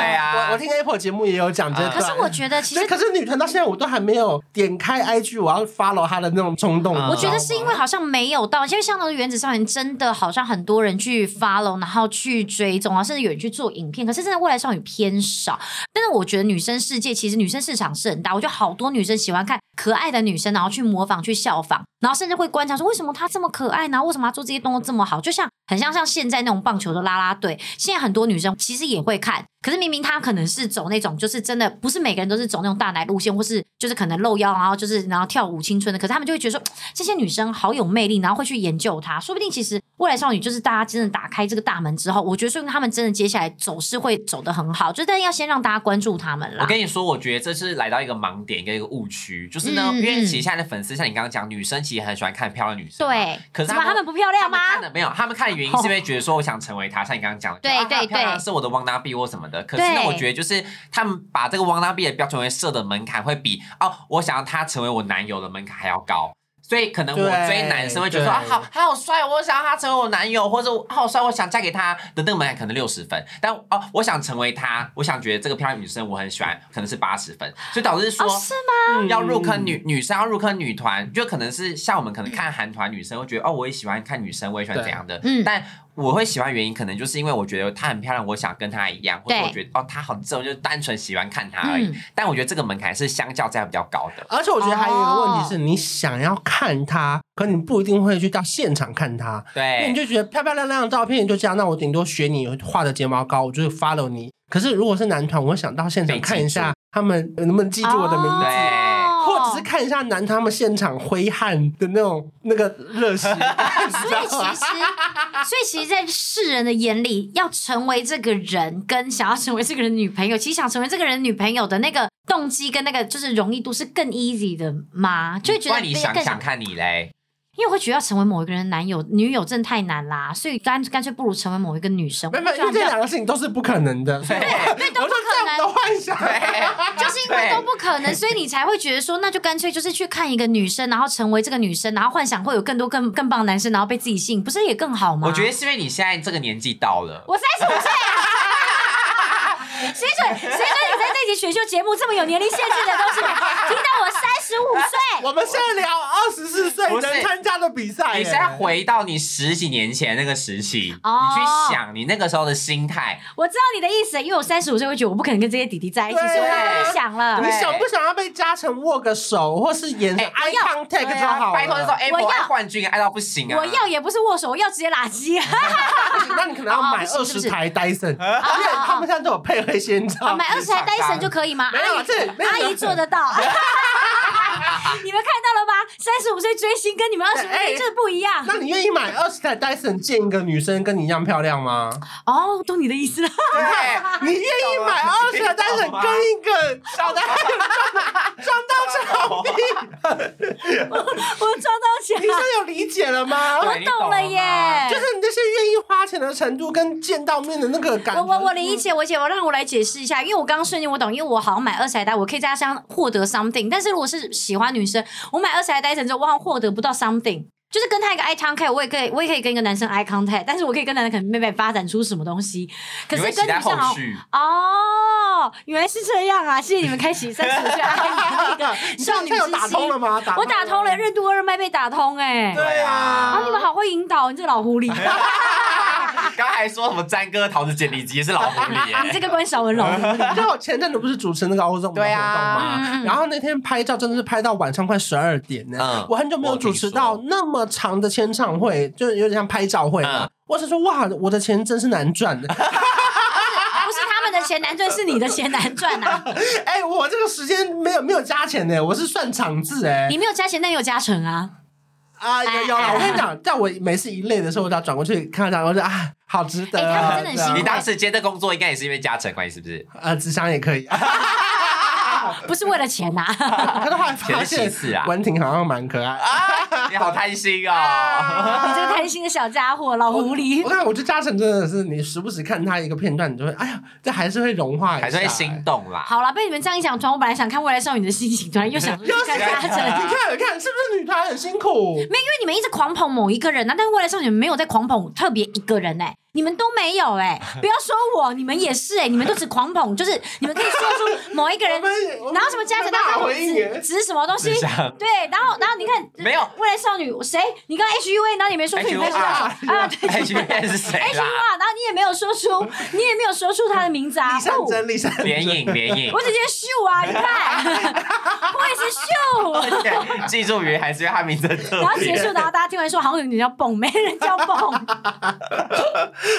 (laughs) 对啊，
我我听 Apple 节目也有讲这段，
啊
可是我觉得其
所以
实。
可是女团到现在我都还没有点开 IG，我要 follow 她的那种冲动。
嗯
你
我
知
觉
道吗
得是因为好像没有到，因为像那个原子少年真的好像很多人去 follow，然后去追踪啊，甚至有人去做影片。可是真的未来少女偏少，但是我觉得女生世界其实女生市场是很大，我觉得好多女生喜欢看可爱的女生，然后去模仿、去效仿，然后甚至会观察说为什么她这么可爱，然后为什么她做这些动作这么好，就像很像像现在那种棒球的啦啦队，现在很多女生其实也会看，可是明明她可能是走那种就是真的不是每个人都是走那种大奶路线，或是就是可能露腰，然后就是然后跳舞青春的，可是他们就会觉得说这些女生好有魅力，然后会去研究她，说不定其实未来少女就是大家真的打开这个大门之后，我觉得说明她们真的接下来走势会走得很好，就是但要先让大家关注她们啦。
我跟你说，我觉得这是来到一个盲点跟一个误区，就是呢，
嗯
因为其实现在的粉丝像你刚刚讲，女生其实很喜欢看漂亮女生嘛，
对，
可是
怎
他
么
们
他们不漂亮吗？哦
他们看的没有，他们看的原因是因为觉得说我想成为她，像你刚刚讲的，
对
就啊她
对
漂亮
对
是我的 wanna be 或什么的。可是呢，
对
我觉得就是他们把这个 wanna be 的标准为设的门槛会比哦，我想要他成为我男友的门槛还要高。所以可能我
对
追男生会觉得说啊
对
好，他好帅，我想要他成为我男友，或者我好帅，我想嫁给他的那个门槛可能六十分，但哦，我想成为他，我想觉得这个漂亮女生我很喜欢，可能是八十分，所以导致说
哦，是
(laughs)
吗？
要入
嗯
坑女女生要入坑女团，就可能是像我们可能看韩团女生会觉得哦，我也喜欢看女生，我也喜欢
对
怎样的。
嗯
但我会喜欢原因，可能就是因为我觉得她很漂亮，我想跟她一样，或者
对
我觉得哦她很正，我就单纯喜欢看她而已。
嗯
但我觉得这个门槛是相较之下比较高的。
而且我觉得还有一个问题是，你想要看她，可你不一定会去到现场看她，因为你
对，
就觉得漂漂亮亮的照片就这啊样，那我顶多学你画的睫毛膏，我就是 follow 你。可是如果是男团，我会想到现场
被记
看一下他们呃能不能记住我的名字。
对
哦
或者是看一下男团他们现场挥汗的那种那个热
(laughs)
血， (laughs)
所以其实，所以其实，在世人的眼里，要成为这个人，跟想要成为这个人的女朋友，其实想成为这个人的女朋友的那个动机跟那个就是容易度是更 easy 的吗？就会觉
不
得
然你
更
想
更
想看你嘞，
因为会觉得要成为某一个人的男友、女友真的太难啦，所以干干脆不如成为某一个女生。
没有没有，因
就
为这两个事情都是不可能的，所以我
对都
我
不
就
可
在我
能
们的幻
(laughs)
想。
就是因为
(laughs) 对
都不可能，所以你才会觉得说，那就干脆就是去看一个女生，然后成为这个女生，然后幻想会有更多更更棒的男生，然后被自己吸引，不是也更好吗？
我觉得是因为你现在这个年纪到了。
我三十五岁啊！谁准谁准你在这期选秀节目这么有年龄限制的东西？听到我三十五岁，
我们现在聊二十四岁
不是
能参加的比赛耶，
你现在回到你十几年前那个时期，
哦
你去想你那个时候的心态，
我知道你的意思，因为我三十五岁会觉得我不可能跟这些弟弟在一起，
对
所以我就不想了
你
对。
想不想要被嘉诚握个手，或是眼神
哎
eye
要
contact
对
就
啊
好了？
拜托那时候
我
Apple
要
爱冠军爱到不行啊！
我要也不是握手，我要直接拉
(laughs)
机。
不 (laughs) 行那你可能要
哦哦不
买二
行是不
十
是
台 Dyson，而
哦
且他们现在都有配合一些，你知道
啊
吗？
买二十台单神就可以吗？
没有
阿
这没
姨，
有
阿姨做得
(laughs)
到。你们看到了吗？三十五岁追星跟你们二十五
哎
岁真的不一样
那你愿意买二十台 Dyson 见一个女生跟你一样漂亮吗？
哦，懂你的意思了。 (laughs)
对，
你愿意买二十台 Dyson 跟一个小男孩撞到墙壁？
我撞到钱
你现在有理解了吗？
对
我
你
懂
懂
了
了
耶。
吗
就是你这些愿意花钱的程度跟见到面的那个感觉，
我我我理解，我理解，我让我来解释一下，因为我刚刚瞬间我懂，因为我好像买二十台单，我可以在他身上获得 something，但是如果是喜欢女生，我买二十台单之后，我好像获得不到 something。就是跟他一个 eye contact，我也可以，我也可以跟一个男生 eye contact，但是我可以跟男生可能妹妹发展出什么东西。可
你
是
会
跟
期
女
待
生好
后
像
续。
哦，原来是这样啊！谢谢你们开启三十五岁爱
(laughs)
你的那个
你
少
现
女
在有
之
打通了
心。
吗？
我打通了，任督二脉被打通哎、
对啊
哎
啊，你们好会引导，你这老狐狸。
刚还说什么詹哥桃子剪里脊是老狐
(laughs)
狸
你
耶，
这个关小文
(laughs)
龙，
就我前阵子不是主持那个欧洲活动
对
吗？
啊
嗯
然后那天拍照真的是拍到晚上快十二点呢、
嗯
我很久没有主持到
我
那么长的签唱会，就是有点像拍照会嘛。
嗯
我是说，哇，我的钱真是难赚的。
不是他们的钱难赚，是你的钱难赚啊！
(laughs) 哎、我这个时间没有没有加钱呢，我是算场次哎、
你没有加钱，但有加成啊！
啊，有
哎
有啦，我跟你讲，在我每次一累的时候，我只要转过去看到他，我就啊，好值得、
哎他
啊。
们真的很辛苦
(laughs) 你当时接这工作应该也是因为加成关系，
(laughs)
是不是？
啊，智商也可以。 (laughs)
不是为了钱啊呐、
可是后来发
前
现
几次啊，
文婷好像蛮可爱。
啊，你好贪心哦！
啊
你这个贪心的小家伙，老狐
我
狸。
看，我觉得嘉诚真的是，你时不时看他一个片段，你就会，哎呀，这还是会融化一下、
还是会心动
(laughs)
啦。
好了，被你们这样一讲，突然我本来想看《未来少女的心情》，突然又想去
又
看
是嘉
嘉
(laughs) 诚，
诚。
你看，你看，是不是女团很辛苦？
没有，因为你们一直狂捧某一个人啊，但是未来少女没有在狂捧特别一个人哎、你们都没有哎、不要说我，你们也是哎、你们都只狂捧，就是你们可以说出某一个
(laughs) 我
人，
们
然后什么嘉诚，
大
大
回应
指
耶？
指什么东西
指向，
对，然后然后你看
没有
未来少女谁？你刚 H U A，然后你没说出你朋友
HUA
啊，对
H V N 哎是啊谁
H U
啦？
A，然后你也没有说出，你也没有说出他的名字啊
李，善
哦
珍，李善珍，
联影联影
我，只觉得秀啊，你看，我也是秀。
而且 (laughs) 记住原因还是因为他名字很特
然后
别。
结束，然后大家听完说好像有人叫蹦，没人叫蹦。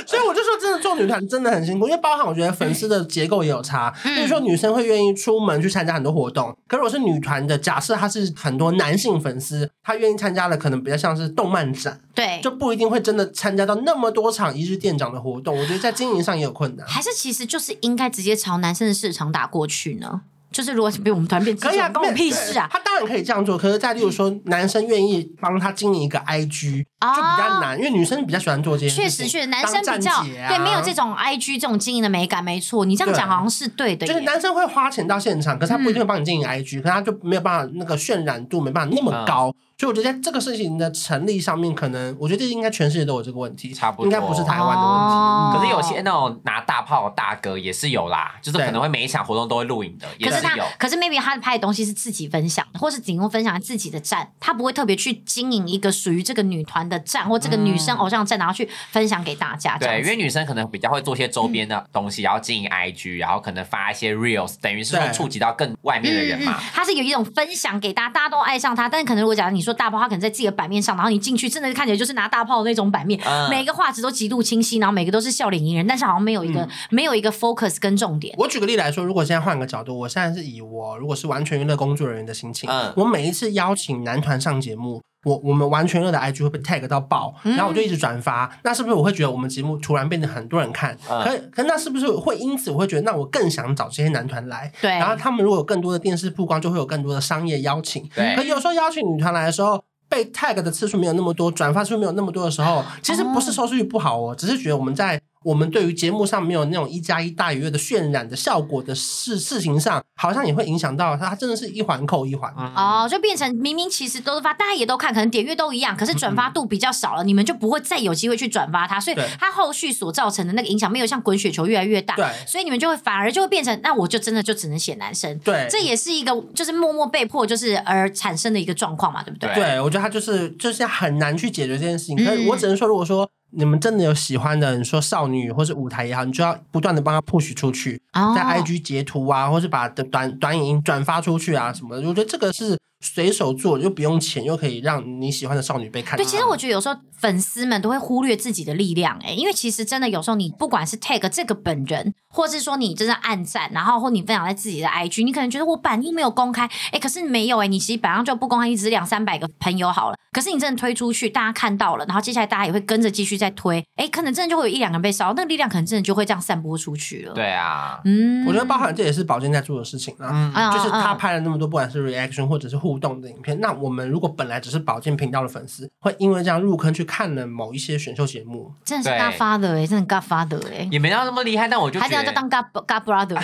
所以我就说，真的做女团真的很辛苦，因为包含我觉得粉丝的结构也有差。
嗯
比如说女生会愿意出门去参加很多活动，可是我是女团的，假设她是很多男性粉丝，她愿意参加的可能比较像是动漫展，
(laughs) 对，
就不一定会真的参加到那么多场一日店长的活动。我觉得在经营上也有困难。
(laughs) 还是其实就是应该直接朝男生的市场打过去呢？就是如果是被我们团变制
可以啊，
关我屁事啊！
他当然可以这样做，可是，在例如说，男生愿意帮他经营一个 IG，、
哦
就比较难，因为女生比较喜欢做这件事
确
情。
实，确实，男生比较、
当站姐啊
对，没有这种 I G 这种经营的美感，没错。你这样讲
对
好像是对的
就是
耶。
男生会花钱到现场，可是他不一
嗯
定会帮你经营 IG，、可是他就没有办法那个渲染度没办法那么
啊
高，所以我觉得在这个事情的成立上面，可能我觉得这应该全世界都有这个问题，
差不多
应该不是台湾的问题。嗯
哦
可是有些那种拿大炮的大哥也是有啦，就是可能会每一场活动都会录影的，也
可是他
有。，
可是 maybe 他拍的东西是自己分享的，或是仅供分享自己的站，他不会特别去经营一个属于这个女团的站或这个女生偶像站，然后去分享给大啊家。这样
嗯对，
子嗯
因为女生可能比较会做一些周边的东西，然后经营 IG，然后可能发一些 Reels，等于是说
对
触及到更外面的人嘛。
嗯他是有一种分享给大家，大家都爱上他。但是可能如果假如你说大炮，他可能在自己的版面上，然后你进去真的看起来就是拿大炮的那种版面，
嗯
每个画质都极度清晰，然后每个都是笑脸迎人，但是好像没有一
嗯
个、没有一个 focus 跟重点。
我举个例来说，如果现在换个角度，我现在是以我如果是完全娱乐工作人员的心情，
嗯
我每一次邀请男团上节目，我我们完全娱乐的 IG 会被 tag 到爆，
嗯
然后我就一直转发，那是不是我会觉得我们节目突然变得很多人看？
嗯
可可那是不是会因此我会觉得，那我更想找这些男团来？
对，
然后他们如果有更多的电视曝光，就会有更多的商业邀请。
对
可有时候邀请女团来的时候，被 tag 的次数没有那么多，转发次数没有那么多的时
哦
候，其实不是收视率不好哦，只是觉得我们在我们对于节目上没有那种一加一大于二的渲染的效果的事事情上，好像也会影响到它，它真的是一环扣一环。
哦，就变成明明其实都是发，大家也都看，可能点阅都一样，可是转发度比较少了，你们就不会再有机会去转发它，所以
对
它后续所造成的那个影响没有像滚雪球越来越大，
对
所以你们就会反而就会变成，那我就真的就只能写男生，
对
这也是一个就是默默被迫就是而产生的一个状况嘛，对不对？
对
对，我觉得它就是就是很难去解决这件事情。可是
嗯
我只能说，如果说你们真的有喜欢的，你说少女或是舞台也好，你就要不断的帮她 push 出去，
哦
在 IG 截图啊，或是把的短短影音转发出去啊什么的。我觉得这个是随手做，又不用钱，又可以让你喜欢的少女被看到。啊
对，其实我觉得有时候粉丝们都会忽略自己的力量、欸，因为其实真的有时候你不管是 tag 这个本人，或是说你真的暗赞，然后或你分享在自己的 IG，你可能觉得我版又没有公开，哎、可是没有哎、欸你其实版上就不公开，你只是两三百个朋友好了，可是你真的推出去，大家看到了，然后接下来大家也会跟着继续再推，哎、可能真的就会有一两个人被烧，那个力量可能真的就会这样散播出去了。，
对啊，
嗯
我觉得包含这也是宝剑在做的事情啦。
嗯，
嗯
就是他
嗯嗯
拍了那么多，不管是 reaction 或者是互动的影片，那我们如果本来只是宝剑频道的粉丝，会因为这样入坑去看了某一些选秀节目，
真的是
对
Godfather 哎、真的 Godfather 哎、
也没到那么厉害，但我就
还
觉
这样就
得
当 God God
(laughs)
Brother，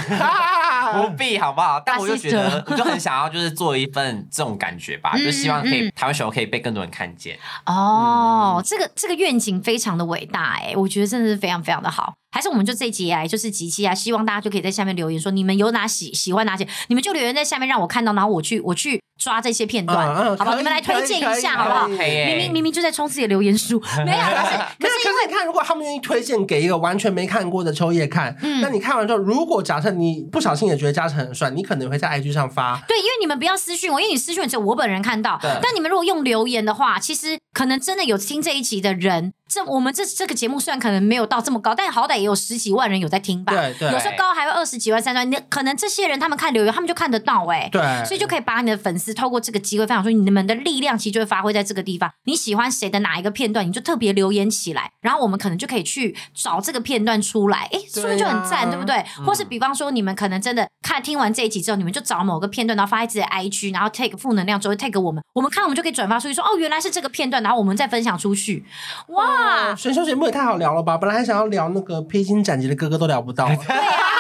不必好不好？但我就觉得
sister，
我就很想要就是做一份这种感觉吧，
嗯
就希望可以台湾选手可以被更多人看见。
欸哦，这个这个愿景非常的伟大哎、我觉得真的是非常非常的好。还是我们就这一集来就是集气啊，希望大家就可以在下面留言说你们有哪喜喜欢哪些，你们就留言在下面让我看到，然后我去我去抓这些片段，
嗯嗯
好吧？
可以
你们来推荐一下
可以
好不好？
可以
可以
明明明明就在冲自己的留言书，没有，可是
(laughs) 没
可
有，
是
可是你看，如果他们愿意推荐给一个完全没看过的秋叶看，
嗯
那你看完之后，如果假设你不小心也觉得嘉诚很帅，你可能会在 IG 上发。
对，因为你们不要私讯我，因为你私讯我只有我本人看到
对。
但你们如果用留言的话，其实可能真的有听这一集的人，这我们这这个节目虽然可能没有到这么高，但好歹也有十几万人有在听吧。
对对
有时候高还会二十几万、三十万，你可能这些人他们看留言，他们就看得到哎、
对，
所以就可以把你的粉丝透过这个机会分享出你们的力量，其实就会发挥在这个地方。你喜欢谁的哪一个片段，你就特别留言起来，然后我们可能就可以去找这个片段出来，诶，是不是就很赞，对不对？或是比方说，你们可能真的看听完这一集之后，你们就找某个片段，然后发在自己的 IG，然后 take 负能量之后 take 我们，我们看我们就可以转发出去说，哦，原来是这个片段，然后我们再分享出去，哇！
选秀节目也太好聊了吧！本来还想要聊那个披荆斩棘的哥哥都聊不到。 (laughs)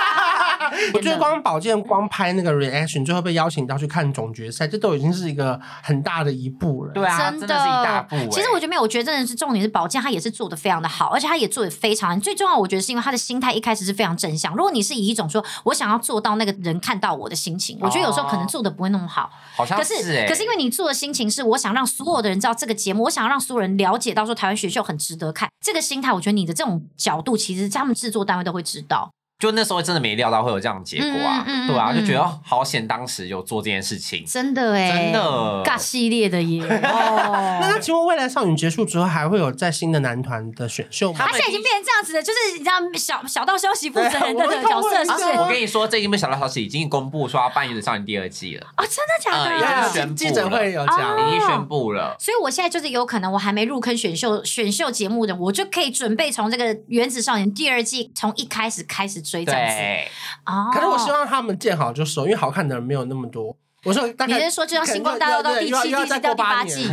我觉得光宝剑光拍那个 reaction，最后被邀请到去看总决赛，这都已经是一个很大的一步了。
对啊，
真
真
的
的是一大步欸。
其实我觉得没有，我觉得真的是重点是宝健，他也是做的非常的好，而且他也做的非常最重要。我觉得是因为他的心态一开始是非常正向。如果你是以一种说我想要做到那个人看到我的心情，我觉得有时候可
哦
能做的不会那么好。
好像
可是、
哎，
可是因为你做的心情是我想让所有的人知道这个节目，我想让所有人了解到说台湾选秀很值得看。这个心态，我觉得你的这种角度，其实他们制作单位都会知道。
就那时候真的没料到会有这样的结果啊，
嗯嗯嗯
对啊，
嗯
就觉得哦好险当时有做这件事情，
真的哎、
真的
尬系列的耶！ (laughs) 哦
(laughs)
那那请问未来少女结束之后，还会有在新的男团的选秀吗
他？现在已经变成这样子了，就是你知道小小道消息负责人的
对
角色，是
我
不
会
是？
看
啊我跟你说，这一幕小道消息已经公布说要办《原子少年》第二季了，
哦，真的假的？
嗯
对啊
已经宣布了
记者会有
哦
讲。
已经宣布了。
所以我现在就是有可能，我还没入坑选秀选秀节目的，我就可以准备从这个《原子少年》第二季从一开始开始追这样子。
对，
哦，
可是我希望他们见好就收，因为好看的人没有那么多。我说大
你
概
是说就像星光大道到第
可能
七、第
又要又要再
七
过
到第
八
八
年
季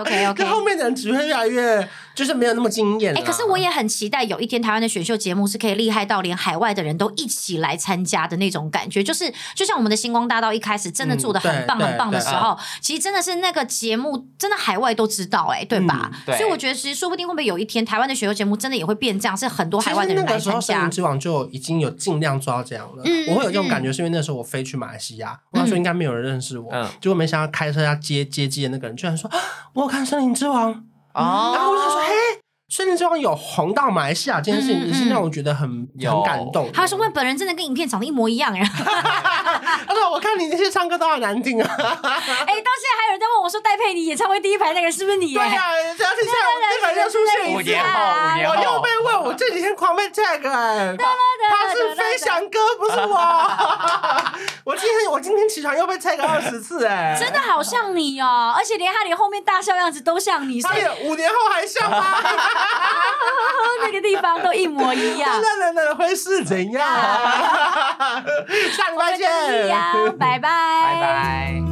？OK 哦
(laughs)
(laughs)
那
OK。
后面的人只会越来越就是没有那么惊艳了。
哎、可是我也很期待有一天台湾的选秀节目是可以厉害到连海外的人都一起来参加的那种感觉，就是就像我们的星光大道一开始真的做的很棒
嗯对
很棒的
对
时候，其实真的是那个节目真的海外都知道、哎，对吧？
嗯
对
所以我觉得其实说不定会不会有一天台湾的选秀节目真的也会变这样，是很多
其
海外
实
的
那
人来
个时
参
候，森
加
林。之王就已经有尽量做到这样了。
嗯
我会有这种感觉，是因为那时候我飞去马来西亚，我想说应该没有人认识我
嗯，
结果没想到开车要接接机的那个人居然说啊：“我有看《森林之王》。”
哦
然后我就说：“嘿，《森林之王》有红到马来西亚这件事
嗯嗯嗯
情，也是让我觉得很很
有
感动。”
他说：“问本人真的跟影片长得一模一样。”
(laughs)
然后，：“
他说我看你那些唱歌都好难听啊。”
哎、到现在还有人在问我说：“戴佩妮演唱会第一排那个人是不是你、哎
对啊呀、而且现在我这个又出现
五
一次
年
啊，
后，五
我
年后
又被问，我这几天狂被 tag 哎、他是飞翔哥，不是
(laughs)
我。我今天我今天起床又被 tag 二十次哎、
真的好像你哦、而且连他连后面大笑样子都像你，所
他
以
也五年后还
(laughs)
像吗？
那个地方都一模一样。
那那那会是
(laughs)
怎样？下礼拜
再见
见。，
拜拜，拜
拜。拜。